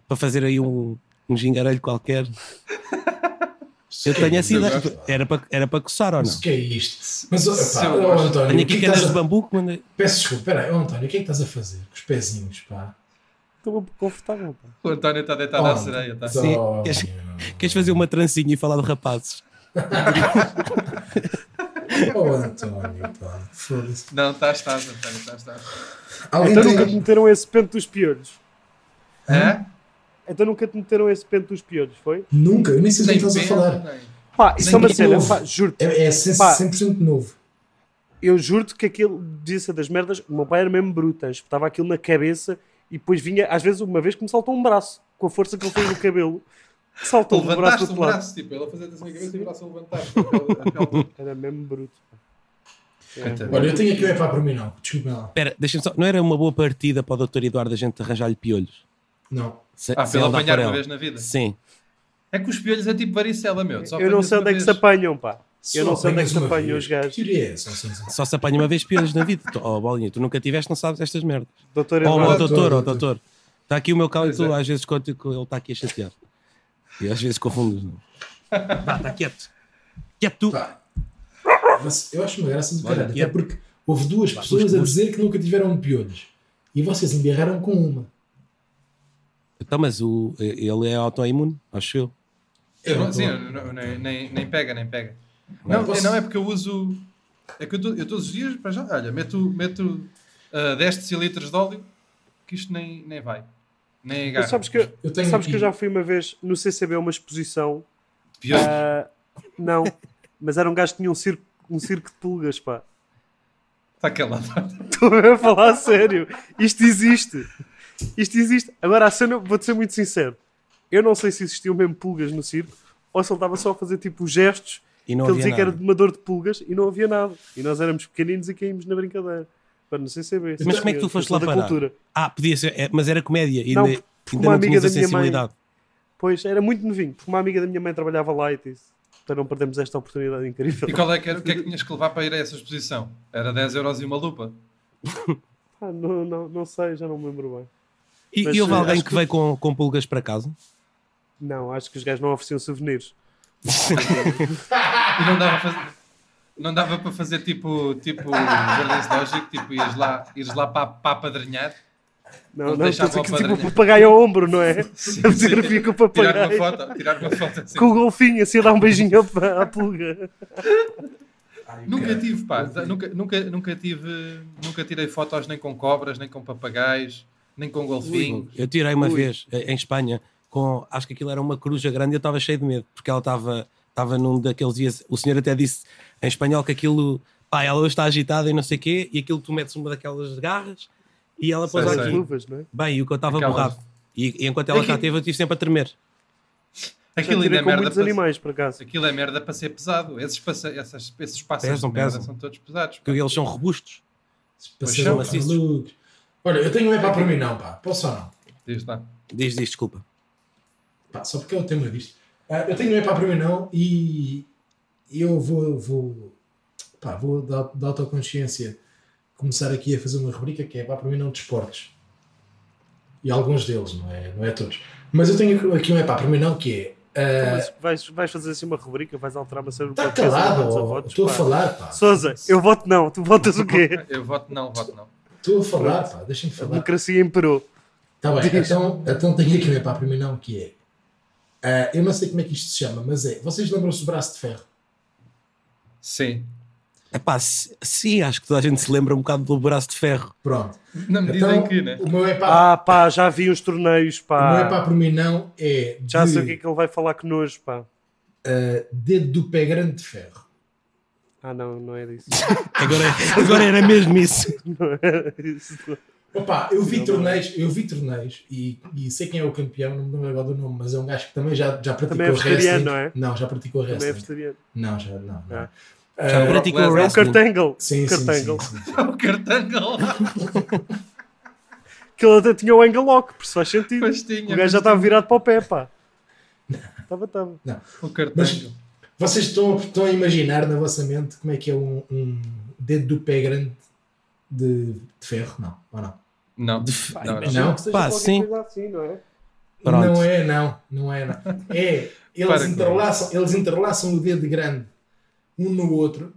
Speaker 4: para fazer aí um, um gingarelho qualquer.
Speaker 2: Mas o
Speaker 4: Eu
Speaker 2: que é
Speaker 4: tenho
Speaker 2: isto?
Speaker 4: essa ideia.
Speaker 2: Mas o
Speaker 4: Era para, era para coçar ou não?
Speaker 2: que é isto? Mas, ó,
Speaker 3: Se
Speaker 2: pá,
Speaker 3: eu
Speaker 2: ó,
Speaker 3: gosto.
Speaker 2: António,
Speaker 4: Tenho
Speaker 2: o que é que
Speaker 4: aqui canas
Speaker 2: estás
Speaker 4: de
Speaker 2: a-
Speaker 4: bambu que mandei.
Speaker 2: Peço desculpa, peraí, ó, António, o que é que estás a fazer com os pezinhos, pá?
Speaker 5: Estou muito confortável, pá.
Speaker 3: O António está deitado
Speaker 2: Oh,
Speaker 3: à sereia, tá? está.
Speaker 4: Sim.
Speaker 2: António.
Speaker 4: Queres- Queres fazer uma trancinha e falar de rapazes?
Speaker 2: Oh, António, pá, foda-se.
Speaker 3: Não, estás, estás, António, tá, estás, estás.
Speaker 2: Alguém
Speaker 5: Então
Speaker 2: tem-
Speaker 5: nunca te meteram esse pente dos piolhos.
Speaker 3: É?
Speaker 5: Então nunca te meteram esse pente dos piolhos, foi?
Speaker 2: Nunca, eu nem sei do que
Speaker 3: Nem
Speaker 2: estás a
Speaker 3: pena,
Speaker 2: falar.
Speaker 3: nem-
Speaker 5: Pá, isso é uma
Speaker 2: Nem
Speaker 5: cena,
Speaker 2: novo.
Speaker 5: pá, juro-te.
Speaker 2: É, é 100%,
Speaker 5: Pá.
Speaker 2: 100% novo.
Speaker 5: Eu juro-te que aquilo devia ser das merdas. O meu pai era mesmo bruto, espetava aquilo na cabeça e depois vinha, às vezes, uma vez que me saltou um braço, com a força que ele fez no cabelo, saltou o braço
Speaker 3: Levantaste o
Speaker 5: do
Speaker 2: um
Speaker 5: outro lado.
Speaker 3: braço, tipo, ela fazia assim a cabeça e o braço a levantar. Aquela-
Speaker 5: Era mesmo bruto. pá.
Speaker 3: aquela-
Speaker 2: Olha, eu tenho aqui o é para mim, não. Desculpem lá.
Speaker 4: Espera, deixa-me só. Não era uma boa partida para o Dr. Eduardo a gente arranjar-lhe piolhos?
Speaker 2: Não.
Speaker 4: Se,
Speaker 3: Ah,
Speaker 4: se
Speaker 3: pelo
Speaker 4: ele dá
Speaker 3: apanhar
Speaker 4: por
Speaker 3: uma
Speaker 4: ela.
Speaker 3: vez na vida.
Speaker 4: Sim.
Speaker 3: É que os piolhos é tipo varicela, meu. Só
Speaker 5: Eu não
Speaker 3: apanhas
Speaker 5: sei
Speaker 3: uma
Speaker 5: onde é que
Speaker 3: vez.
Speaker 5: se apanham, pá.
Speaker 2: Só
Speaker 5: Eu não sei onde é que se
Speaker 2: apenas uma
Speaker 5: apanham
Speaker 2: vez.
Speaker 5: os gajos.
Speaker 2: Que teoria é essa? Não sei se-
Speaker 4: Só se apanha uma vez piolhos na vida. Tu- Oh, bolinha, tu nunca tiveste, não sabes estas merdas. Oh,
Speaker 5: Doutor Eduardo,
Speaker 4: oh,
Speaker 2: Eduardo,
Speaker 4: doutor, oh,
Speaker 2: doutor.
Speaker 4: doutor. Está aqui o meu cão e
Speaker 3: Pois
Speaker 4: tu
Speaker 3: é.
Speaker 4: às vezes conto que ele está aqui a chatear. E às vezes confundo. Vá, está quieto. Quieto.
Speaker 2: Pá. Mas eu acho uma graça do
Speaker 4: Olha,
Speaker 2: caralho.
Speaker 4: que
Speaker 2: Até
Speaker 4: é-
Speaker 2: porque houve duas pessoas a dizer que nunca tiveram piolhos. E vocês embirraram com uma.
Speaker 4: Então, mas o, ele é autoimune, acho eu.
Speaker 3: Eu não-
Speaker 2: não
Speaker 3: Sim,
Speaker 2: tô-
Speaker 3: eu não- nem, nem- nem pega, nem pega. Não,
Speaker 2: Posso-
Speaker 3: é, não, é porque eu uso. É que eu, to- eu todos os dias, para já, olha, meto, meto ah, 10 decilitros de óleo, que isto nem, nem vai. Nem
Speaker 5: Mas
Speaker 3: agarra.
Speaker 5: sabes que, eu,
Speaker 2: Eu tenho
Speaker 5: sabes que
Speaker 2: aqui-
Speaker 5: eu já fui uma vez no CCB a uma exposição
Speaker 3: Piores.
Speaker 5: Ah, não, mas era um gajo que tinha um circo, um circo de pulgas, pá.
Speaker 3: Está aquela.
Speaker 5: Estou mesmo a falar a sério. Isto existe. Isto existe. Agora, a cena, vou-te ser muito sincero. Eu não sei se existiam mesmo pulgas no circo ou se ele estava só a fazer tipo gestos
Speaker 4: E não
Speaker 5: que ele
Speaker 4: havia
Speaker 5: dizia que era
Speaker 4: nada.
Speaker 5: de uma dor de pulgas e não havia nada. E nós éramos pequeninos e caímos na brincadeira. Para não sei saber.
Speaker 4: Mas como é que tu foste lá
Speaker 5: assim. da
Speaker 4: parar?
Speaker 5: cultura.
Speaker 4: Ah, podia ser, é, mas era comédia. Ainda,
Speaker 5: Não,
Speaker 4: ainda
Speaker 5: porque uma
Speaker 4: não
Speaker 5: amiga
Speaker 4: tinhas a
Speaker 5: da minha mãe-
Speaker 4: sensibilidade.
Speaker 5: Pois, era muito novinho, porque uma amiga da minha mãe trabalhava lá e disse para não perdemos esta oportunidade incrível.
Speaker 3: E qual é que era, o que é que tinhas que levar para ir a essa exposição? Era 10 euros e uma lupa.
Speaker 5: Pá, Ah, não, não, não sei, já não me lembro bem.
Speaker 4: E,
Speaker 5: Mas,
Speaker 4: e houve
Speaker 5: eh,
Speaker 4: alguém
Speaker 5: acho
Speaker 4: que
Speaker 5: que-
Speaker 4: veio com, com pulgas para casa?
Speaker 5: Não, acho que os gajos não ofereciam souvenirs.
Speaker 3: E não dava, faz- não dava para fazer tipo, tipo Jardins Lógico, tipo, ires lá, ires lá para, para apadrinhar.
Speaker 5: Não,
Speaker 3: Não
Speaker 5: não,
Speaker 3: deixavam
Speaker 5: estou a dizer que,
Speaker 3: a
Speaker 5: tipo
Speaker 3: padrinha.
Speaker 5: o papagaio ao ombro, não é?
Speaker 3: Sim,
Speaker 5: A fotografia com o
Speaker 3: Tirar uma
Speaker 5: papagaio.
Speaker 3: foto, tirar uma foto assim.
Speaker 5: Com o golfinho, assim, a dar um beijinho à, à pulga.
Speaker 3: Nunca tive, pá, nunca, nunca, nunca tive, nunca tirei fotos nem com cobras, nem com papagaios, nem com golfinhos.
Speaker 4: Eu tirei uma vez eh, em Espanha com, acho que aquilo era uma coruja grande e eu estava cheio de medo, porque ela estava estava num daqueles dias, o senhor até disse em espanhol que aquilo, pá, ela hoje está agitada e não sei quê, e aquilo tu metes uma daquelas garras e ela
Speaker 3: Sei,
Speaker 4: pôs
Speaker 5: Usar
Speaker 3: sei.
Speaker 5: as
Speaker 4: aqui.
Speaker 5: luvas, não é?
Speaker 4: Bem, e o que eu estava
Speaker 3: Aquelas-
Speaker 4: borrado. E, e enquanto ela
Speaker 3: Aqui-
Speaker 4: cá teve, eu estive sempre a tremer.
Speaker 5: Já
Speaker 3: Aquilo ainda
Speaker 5: tirei
Speaker 3: é
Speaker 5: com
Speaker 3: merda
Speaker 5: muitos
Speaker 3: para,
Speaker 5: animais, por acaso.
Speaker 3: aquilo é merda para ser pesado. Esses, passa- essas, esses pássaros
Speaker 4: Pesam,
Speaker 3: de merda
Speaker 4: pesam.
Speaker 3: são todos pesados. pá.
Speaker 4: Porque eles são robustos.
Speaker 2: Passei
Speaker 3: são
Speaker 4: maciços.
Speaker 2: maluco. Olha, eu tenho um é pá para mim, não, pá. Posso ou não?
Speaker 3: Diz lá.
Speaker 4: Diz, diz, desculpa.
Speaker 2: Pá, só porque é o tema disto. Ah, eu tenho um é para mim, não, e eu vou, vou, pá, vou da, da autoconsciência começar aqui a fazer uma rubrica que é pá para mim, não, de esportes. E alguns deles, não é, não é todos. Mas eu tenho aqui um é pá para mim, não, que é.
Speaker 5: Então, mas vais, vais fazer assim uma rubrica, vais alterar uma cena no
Speaker 2: Está
Speaker 5: podcast,
Speaker 2: Tá calado,
Speaker 5: não dá-nos a
Speaker 2: ó,
Speaker 5: é? votos,
Speaker 2: estou a
Speaker 5: pá.
Speaker 2: falar, pá.
Speaker 5: Sousa, eu voto não, tu votas o quê?
Speaker 3: Eu voto não, voto não.
Speaker 2: Estou a falar, pá, deixem-me
Speaker 5: A
Speaker 2: falar.
Speaker 5: democracia imperou.
Speaker 2: Tá bem,
Speaker 5: Diz.
Speaker 2: então, então tenho aqui um é pá para mim, não, que é. ah, eu não sei como é que isto se chama, mas é. Vocês lembram-se do braço de ferro?
Speaker 3: Sim.
Speaker 4: Epá, se- sim, acho que toda a gente se lembra um bocado do braço de ferro.
Speaker 2: Pronto.
Speaker 3: Não me
Speaker 2: Então,
Speaker 3: dizem que, né?
Speaker 2: o meu é pá
Speaker 5: Ah, pá, já vi uns torneios,
Speaker 2: O meu é pá
Speaker 5: pá.
Speaker 2: por mim não é de,
Speaker 5: Já sei o que é que ele vai falar que nojo, pá.
Speaker 2: eh, dedo do pé grande de ferro.
Speaker 5: Ah, não, não era isso.
Speaker 4: Agora, agora era mesmo isso.
Speaker 5: Não é era isso.
Speaker 2: Opa, eu vi torneios, eu vi torneios e, e sei quem é o campeão, não me lembro agora do nome, mas é um gajo que também já, já praticou
Speaker 5: Também é vegetariano,
Speaker 2: wrestling.
Speaker 5: não é?
Speaker 2: já praticou
Speaker 5: Também é
Speaker 2: wrestling.
Speaker 5: vegetariano.
Speaker 2: Não, já não. não.
Speaker 5: Ah.
Speaker 2: Eh,
Speaker 4: Já praticou
Speaker 3: Lesnar.
Speaker 5: É um
Speaker 4: wrestling.
Speaker 5: cartangle.
Speaker 2: sim, sim, sim,
Speaker 5: cartangle.
Speaker 2: sim, sim.
Speaker 3: O cartangal.
Speaker 5: que ele até tinha o angle lock, por isso faz sentido.
Speaker 3: Pois tinha,
Speaker 5: o gajo
Speaker 3: pois
Speaker 5: já estava virado para o pé, pá. Estava, estava.
Speaker 3: O cartango.
Speaker 2: Mas- Vocês estão, estão a imaginar na vossa mente como é que é um, um dedo do pé grande de, de ferro? Não, ou não?
Speaker 3: Não.
Speaker 4: De fe-
Speaker 3: Não, não.
Speaker 2: Não?
Speaker 4: Pá, Ah, sim.
Speaker 5: assim, não é?
Speaker 4: Pronto.
Speaker 2: Não é, não, não é, não. É,
Speaker 3: Para
Speaker 2: eles
Speaker 3: com
Speaker 2: interlaçam, eles interlaçam o dedo grande um no outro.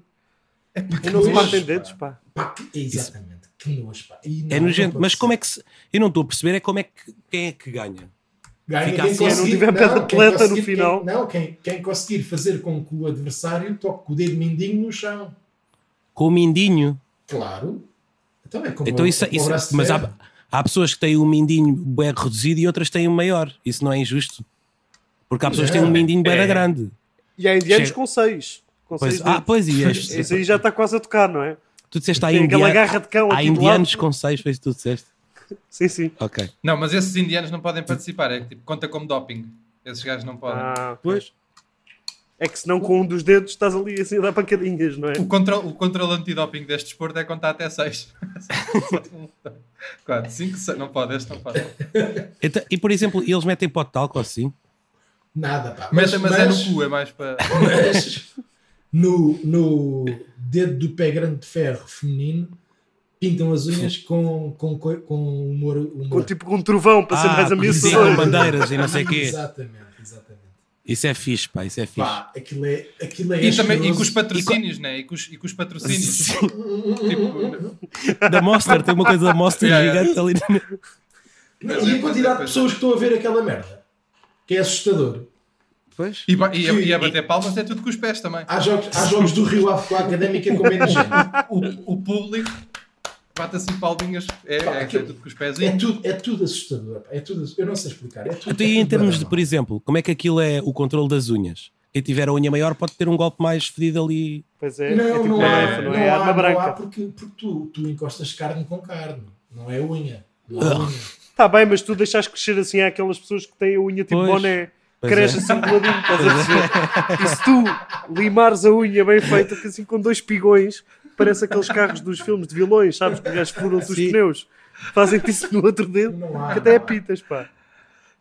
Speaker 5: Eu não
Speaker 2: Pois,
Speaker 5: partem dedos, pá.
Speaker 2: Pá, que- exatamente, que nojo, pá.
Speaker 4: É nojento. Mas como é que se. Eu não estou a perceber, é como é que. Quem é que ganha?
Speaker 2: Ganha
Speaker 4: fica
Speaker 2: quem
Speaker 4: assim,
Speaker 2: conseguir-
Speaker 5: não tiver pé de
Speaker 2: quem
Speaker 5: atleta no
Speaker 2: conseguir- quem-
Speaker 5: final.
Speaker 2: não, quem, quem conseguir fazer com que o adversário toque com o dedo mindinho no chão.
Speaker 4: Com o mindinho.
Speaker 2: Claro. Então é como
Speaker 4: Então isso,
Speaker 2: como o
Speaker 4: isso
Speaker 2: braço de
Speaker 4: mas
Speaker 2: ferro.
Speaker 4: há, há pessoas que têm um mindinho bem reduzido e outras têm um maior. Isso não é injusto. Porque há pessoas que têm um
Speaker 2: Não,
Speaker 4: mindinho bem
Speaker 3: é.
Speaker 4: grande.
Speaker 5: E há indianos
Speaker 4: Chega.
Speaker 5: com seis. Com
Speaker 4: Pois,
Speaker 5: seis
Speaker 4: ah,
Speaker 5: dedos.
Speaker 4: pois e as-
Speaker 5: Isso aí já está quase a tocar, não é?
Speaker 4: tu disseste há,
Speaker 5: Tem aquela
Speaker 4: indian-
Speaker 5: garra de cão
Speaker 4: há
Speaker 5: aqui do
Speaker 4: indianos
Speaker 5: lado.
Speaker 4: com seis, foi isso que tu disseste.
Speaker 5: Sim, sim.
Speaker 4: Ok.
Speaker 3: Não, mas esses indianos não podem participar. É que, tipo, conta como doping. Esses gajos não podem.
Speaker 5: Ah,
Speaker 4: Pois.
Speaker 5: é que senão com um dos dedos estás ali assim a dar pancadinhas, não é?
Speaker 3: O, control, o controle antidoping deste desporto é contar até 6. 4, 5, 6. Não pode, este não pode.
Speaker 4: Então, e por exemplo, eles metem pó de talco assim.
Speaker 2: Nada, pá.
Speaker 3: Mas, mas, é
Speaker 2: mas-
Speaker 3: no cu, é mais para.
Speaker 2: mas no, no dedo do pé grande de ferro feminino pintam as unhas com, com, coi- com humor. humor.
Speaker 5: Com tipo com um trovão para ser
Speaker 4: Ah,
Speaker 5: mais
Speaker 4: com com
Speaker 5: ameaçador.
Speaker 4: bandeiras e não sei o quê.
Speaker 2: Exatamente, exatamente.
Speaker 4: Isso é fixe, pá, isso é fixe.
Speaker 2: Pá, aquilo é, aquilo é
Speaker 3: E, também, e com os
Speaker 2: asqueroso.
Speaker 3: patrocínios, né? E com os, e com os patrocínios. tipo,
Speaker 4: Da Monster, tem uma coisa da Monster
Speaker 3: Yeah, yeah.
Speaker 4: gigante ali. no-
Speaker 3: é
Speaker 2: Não, e a quantidade de pessoas que estão a ver aquela merda? Que é assustador.
Speaker 4: Pois.
Speaker 3: E, ba- e, a- e a bater palmas é tudo com os pés também.
Speaker 2: Há jogos, há jogos do Rio Ave com a Académica com menos gente.
Speaker 3: O, o público bate assim palminhas, é,
Speaker 2: Pá,
Speaker 3: é, é
Speaker 2: aquilo-
Speaker 3: tudo com os pés.
Speaker 2: É tudo, é tudo assustador. pá, É tudo, eu não sei explicar. É tudo, é
Speaker 4: Então,
Speaker 2: tudo
Speaker 4: e em termos de,
Speaker 2: banal.
Speaker 4: por exemplo, como é que aquilo é o controle das unhas? Quem tiver a unha maior pode ter um golpe mais fedido ali.
Speaker 5: Pois é, é
Speaker 2: Não,
Speaker 5: tipo
Speaker 2: não,
Speaker 5: uma
Speaker 2: há,
Speaker 5: F,
Speaker 2: não,
Speaker 5: não é
Speaker 2: há,
Speaker 5: arma
Speaker 2: não há,
Speaker 5: branca.
Speaker 2: porque, porque tu, tu encostas carne com carne, não é unha. Não
Speaker 4: Ah.
Speaker 2: há unha.
Speaker 5: Está Tá bem, mas tu deixaste crescer assim há aquelas pessoas que têm a unha tipo
Speaker 4: Pois.
Speaker 5: boné,
Speaker 4: Pois
Speaker 5: cresce
Speaker 4: é.
Speaker 5: assim do ladinho, estás a perceber? E se tu limares a unha bem feita, que assim com dois pigões, parece aqueles carros dos filmes de vilões, sabes? Que os gajos furam-se os
Speaker 4: Sim.
Speaker 5: pneus, fazem-te isso no outro dedo,
Speaker 2: Não há,
Speaker 5: que até
Speaker 2: não
Speaker 5: é
Speaker 2: há.
Speaker 5: pitas, pá.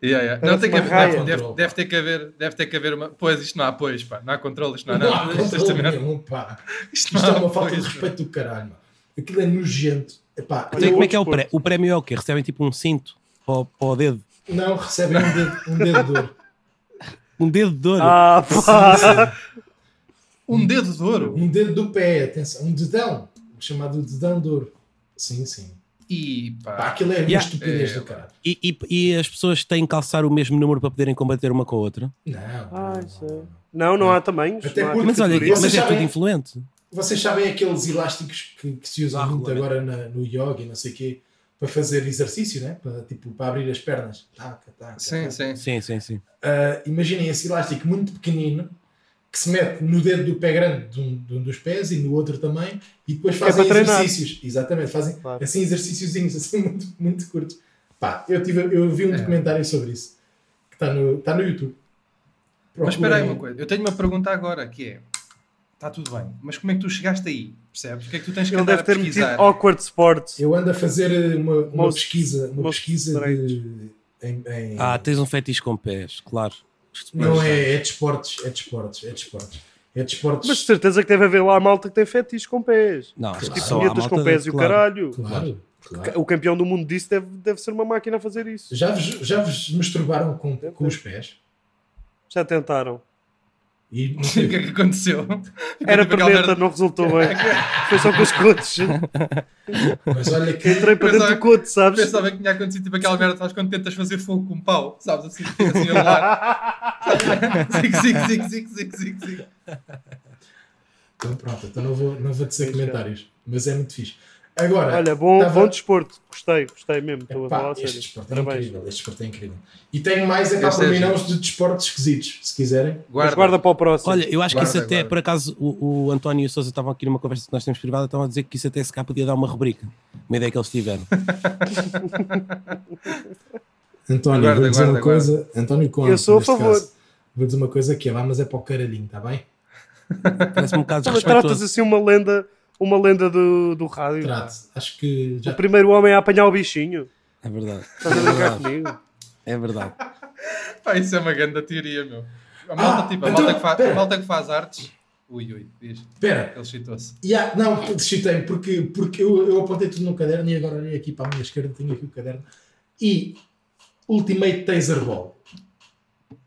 Speaker 3: Yeah, yeah.
Speaker 5: Parece
Speaker 3: Não tem que
Speaker 5: uma
Speaker 3: haver,
Speaker 5: raia.
Speaker 3: deve- deve, deve ter que haver, deve ter que haver uma. Pois isto não há pois, pá. Não há controle, isto não há
Speaker 2: Não há
Speaker 3: nada. Isto, isto
Speaker 2: controle
Speaker 3: também-
Speaker 2: nenhum, pá.
Speaker 3: isto
Speaker 2: Isto
Speaker 3: não
Speaker 2: é
Speaker 3: há
Speaker 2: uma falta de
Speaker 3: apoios, pá.
Speaker 2: respeito do caralho, mano. Aquilo é nojento. Epá,
Speaker 4: Então, e
Speaker 5: é
Speaker 2: eu-
Speaker 4: como é que é o
Speaker 5: outro
Speaker 4: pré- O prémio é o quê? Recebem tipo um cinto para o, para o dedo.
Speaker 2: não, recebem um dedo, um dedo de ouro.
Speaker 4: Um dedo de ouro.
Speaker 5: Ah, pá!
Speaker 3: Um dedo de ouro.
Speaker 2: Um dedo do pé, atenção. Um dedão, chamado dedão de ouro. Sim, sim.
Speaker 3: E
Speaker 2: Pá,
Speaker 3: pá.
Speaker 2: aquilo é uma
Speaker 4: Yeah.
Speaker 2: estupidez
Speaker 3: É,
Speaker 2: do caralho.
Speaker 4: E, e- e as pessoas têm que calçar o mesmo número para poderem combater uma com a outra.
Speaker 2: Não, não,
Speaker 5: Ai,
Speaker 2: não,
Speaker 5: sei.
Speaker 2: não.
Speaker 5: Não, não há tamanhos.
Speaker 2: Até
Speaker 5: não há
Speaker 2: porque-
Speaker 4: Mas olha,
Speaker 5: categorias.
Speaker 4: mas é
Speaker 2: sabem-
Speaker 4: tudo influente.
Speaker 2: Vocês sabem aqueles elásticos que, que se usam
Speaker 4: Ah,
Speaker 2: muito
Speaker 4: regulamento.
Speaker 2: agora na- no yoga e não sei o quê, para fazer exercício, né? para, tipo, para abrir as pernas. Taca, taca,
Speaker 3: Sim,
Speaker 2: taca.
Speaker 3: sim.
Speaker 4: Sim, sim, sim.
Speaker 2: Ah, imaginem esse elástico muito pequenino que se mete no dedo do pé grande de um, de um dos pés e no outro também e depois
Speaker 5: Que é
Speaker 2: fazem
Speaker 5: para treinar.
Speaker 2: exercícios. Exatamente, fazem
Speaker 5: Claro.
Speaker 2: assim exercíciozinhos assim muito, muito curtos. Pá, eu, tive, eu vi um
Speaker 3: É.
Speaker 2: documentário sobre isso que está no, está no YouTube.
Speaker 3: Mas espera aí
Speaker 2: Procurem.
Speaker 3: uma coisa. Eu tenho uma pergunta agora que é. Está tudo bem, mas como é que tu chegaste aí? Percebes? O que é que tu tens que
Speaker 5: Ele
Speaker 3: andar
Speaker 5: deve
Speaker 3: a
Speaker 5: ter metido
Speaker 3: pesquisar?
Speaker 5: awkward sports.
Speaker 2: Eu ando a fazer eh, uma, uma
Speaker 5: Most-
Speaker 2: pesquisa, uma
Speaker 5: most
Speaker 2: pesquisa de, em, em-
Speaker 4: Ah, tens um fetiche com pés, claro.
Speaker 2: não é, é de esportes,
Speaker 3: tá.
Speaker 2: é de esportes, é de esportes, é de esportes.
Speaker 5: Mas de certeza que deve haver lá a malta que tem fetiches com pés.
Speaker 4: Não, acho que
Speaker 2: Tipo,
Speaker 4: só há
Speaker 5: Punhetas
Speaker 4: malta
Speaker 5: com pés
Speaker 4: de-
Speaker 5: e o
Speaker 4: claro.
Speaker 5: caralho.
Speaker 2: claro, claro.
Speaker 5: O campeão do mundo disso deve, deve ser uma máquina a fazer isso.
Speaker 2: Já vos, já vos masturbaram com, com os pés?
Speaker 5: Já tentaram.
Speaker 2: E não
Speaker 3: E o
Speaker 2: sei,
Speaker 3: que é que aconteceu?
Speaker 5: Era
Speaker 3: Tipo aquela
Speaker 5: perneta,
Speaker 3: merda-
Speaker 5: não resultou bem. Foi só com os cotos.
Speaker 2: mas olha que
Speaker 5: Entrei para dentro do coto, sabes?
Speaker 3: Pensava que tinha acontecido tipo aquela merda, sabes, quando tentas fazer fogo com um pau, sabes, assim, fica assim a rolar. Zic, zic, zic, zic, zic, zic, zic.
Speaker 2: então pronto, então não vou, não vou dizer comentários, mas é muito fixe. Agora,
Speaker 5: Olha, bom,
Speaker 2: tava-
Speaker 5: bom desporto. Gostei, gostei mesmo. Estou a
Speaker 2: Epá,
Speaker 5: falar a
Speaker 2: este
Speaker 5: sério.
Speaker 2: desporto é
Speaker 5: Parabéns.
Speaker 2: incrível, este desporto é incrível. E tenho mais a cá
Speaker 3: Este
Speaker 2: para
Speaker 3: é
Speaker 2: mim,
Speaker 3: giro.
Speaker 2: não, os de desportos esquisitos, se quiserem.
Speaker 5: Mas guarda para o próximo.
Speaker 4: Olha, eu acho que isso
Speaker 3: Guarda,
Speaker 4: até,
Speaker 3: guarda.
Speaker 4: por acaso, o, o António e o Sousa estavam aqui numa conversa que nós temos privada, estavam a dizer que isso até se cá podia dar uma rubrica. Uma ideia que eles tiveram.
Speaker 2: António,
Speaker 3: Guarda,
Speaker 2: vou dizer
Speaker 3: guarda,
Speaker 2: uma coisa. António Conte,
Speaker 5: Eu sou a
Speaker 2: neste
Speaker 5: favor.
Speaker 2: caso. Vou dizer uma coisa que é lá, mas é para o caralhinho, está bem?
Speaker 4: Parece-me um bocado
Speaker 5: Mas tratas
Speaker 4: desrespeitoso.
Speaker 5: assim uma lenda, uma lenda do, do rádio.
Speaker 2: Trato. Acho que
Speaker 5: O
Speaker 2: já.
Speaker 5: primeiro homem a apanhar o bichinho.
Speaker 4: É verdade.
Speaker 5: Estás a brincar comigo?
Speaker 4: É verdade.
Speaker 3: Pá, isso é uma grande teoria, meu. A malta,
Speaker 2: Ah,
Speaker 3: tipo, a
Speaker 2: então,
Speaker 3: malta, que faz,
Speaker 2: pera.
Speaker 3: a malta que faz artes. Ui, ui, diz.
Speaker 2: Espera,
Speaker 3: Ele citou-se.
Speaker 2: Ya, não, descitei, porque, porque eu, eu apontei tudo no caderno e agora olhei aqui para a minha esquerda, tenho aqui o caderno. E Ultimate Taser Ball.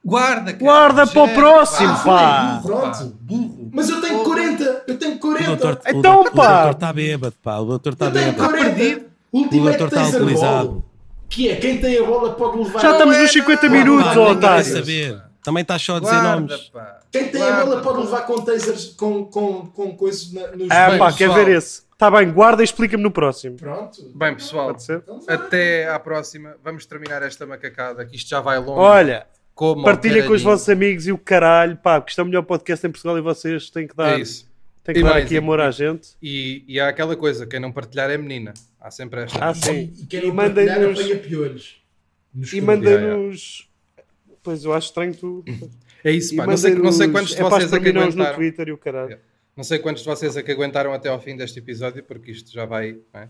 Speaker 3: Guarda, cara.
Speaker 5: Guarda para o
Speaker 3: Gente,
Speaker 5: próximo,
Speaker 3: pá. Ah,
Speaker 5: pá.
Speaker 3: Burro, pá.
Speaker 2: Pronto.
Speaker 3: Burro.
Speaker 2: Mas eu tenho
Speaker 3: Oh,
Speaker 2: 40, eu tenho
Speaker 4: O
Speaker 2: 40,
Speaker 4: doutor, o doutor-
Speaker 5: Então, pá. Então,
Speaker 4: o doutor está bêbado, pá. O doutor está
Speaker 2: eu tenho
Speaker 4: bêbado.
Speaker 2: 40.
Speaker 3: Tá perdido.
Speaker 2: Ultimate
Speaker 4: doutor está
Speaker 2: é Taser Ball.
Speaker 4: alcoolizado.
Speaker 2: Que é, quem tem a bola pode levar...
Speaker 5: Já estamos
Speaker 3: é,
Speaker 5: nos 50
Speaker 3: não.
Speaker 5: minutos,
Speaker 4: Pá,
Speaker 5: ó
Speaker 4: ninguém quer
Speaker 5: otário.
Speaker 4: saber. Também estás só a dizer
Speaker 3: Guarda,
Speaker 4: nomes.
Speaker 3: pá.
Speaker 2: Quem tem a
Speaker 3: Guarda.
Speaker 2: bola pode levar com tasers, com, com, com coisas na, nos
Speaker 5: Ah,
Speaker 3: Bem,
Speaker 5: pá,
Speaker 2: joelhos.
Speaker 5: quer
Speaker 3: pessoal.
Speaker 5: ver esse? Está bem, guarda e explica-me no próximo.
Speaker 2: Pronto.
Speaker 3: Bem, pessoal,
Speaker 5: Pode ser?
Speaker 3: até à próxima. Vamos terminar esta macacada, que isto já vai longe.
Speaker 5: Olha,
Speaker 3: Como
Speaker 5: partilha com os
Speaker 3: caralhinho.
Speaker 5: vossos amigos e o caralho, pá, porque isto é o melhor podcast em Portugal e vocês têm que dar,
Speaker 3: É isso.
Speaker 5: têm que
Speaker 3: E
Speaker 5: dar
Speaker 3: mais,
Speaker 5: aqui
Speaker 3: e-
Speaker 5: amor à gente.
Speaker 3: E, e há aquela coisa, quem não partilhar é menina. Há sempre esta.
Speaker 5: Ah,
Speaker 2: E,
Speaker 5: sim.
Speaker 2: e
Speaker 5: E,
Speaker 2: quem não partilhar
Speaker 5: mandem-nos.
Speaker 2: apanha piolhos. Nos
Speaker 5: E
Speaker 2: cu.
Speaker 5: mandem-nos. Pois eu acho estranho tu.
Speaker 3: é isso,
Speaker 5: E
Speaker 3: pá. Não sei, não sei
Speaker 5: mandem-nos-
Speaker 3: quantos de
Speaker 5: é pá,
Speaker 3: vocês é que
Speaker 5: exterminar-nos no
Speaker 3: aguentaram.
Speaker 5: Twitter e o caralho.
Speaker 3: Não sei quantos de vocês é que aguentaram até ao fim deste episódio, porque isto já vai não é?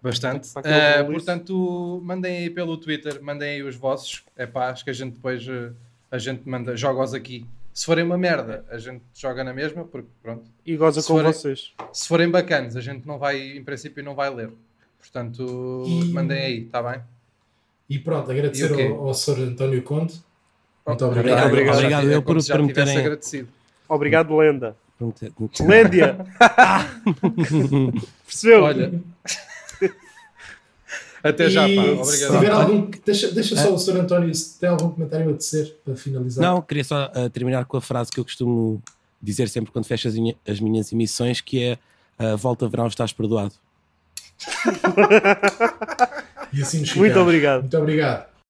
Speaker 3: bastante.
Speaker 5: Para que não vou
Speaker 3: Ah,
Speaker 5: ler isso.
Speaker 3: portanto, mandem aí pelo Twitter, mandem aí os vossos. É pá, acho que a gente depois eh, a gente manda, joga-os aqui. Se forem uma merda, a gente joga na mesma, porque pronto.
Speaker 5: E goza
Speaker 3: Se
Speaker 5: com
Speaker 3: forem-
Speaker 5: vocês.
Speaker 3: Se forem bacanas, a gente não vai, em princípio, não vai ler. Portanto,
Speaker 2: E-
Speaker 3: mandem aí, está bem?
Speaker 2: E pronto, agradecer
Speaker 3: E o quê?
Speaker 2: ao, ao Sr. António Conte. Muito
Speaker 4: Obrigado,
Speaker 5: obrigado.
Speaker 4: Obrigado eu por-
Speaker 3: Como se já
Speaker 4: por me
Speaker 3: tivesse
Speaker 4: terem-
Speaker 3: agradecido.
Speaker 5: Obrigado, Lenda.
Speaker 4: Pronto.
Speaker 5: Lêndia! Percebeu?
Speaker 3: Olha. Até já,
Speaker 2: E
Speaker 3: pá.
Speaker 2: Se
Speaker 3: Obrigado.
Speaker 2: tiver
Speaker 4: Olha-
Speaker 2: algum. Deixa, deixa só o Sr. António se tem algum comentário a tecer para finalizar.
Speaker 4: Ah. Não, queria só ah, terminar com a frase que eu costumo dizer sempre quando fecho as, minha- as minhas emissões, que é ah, volta verão, estás perdoado.
Speaker 2: E assim nos
Speaker 5: Muito
Speaker 2: ficamos.
Speaker 5: obrigado.
Speaker 2: assim Muito obrigado.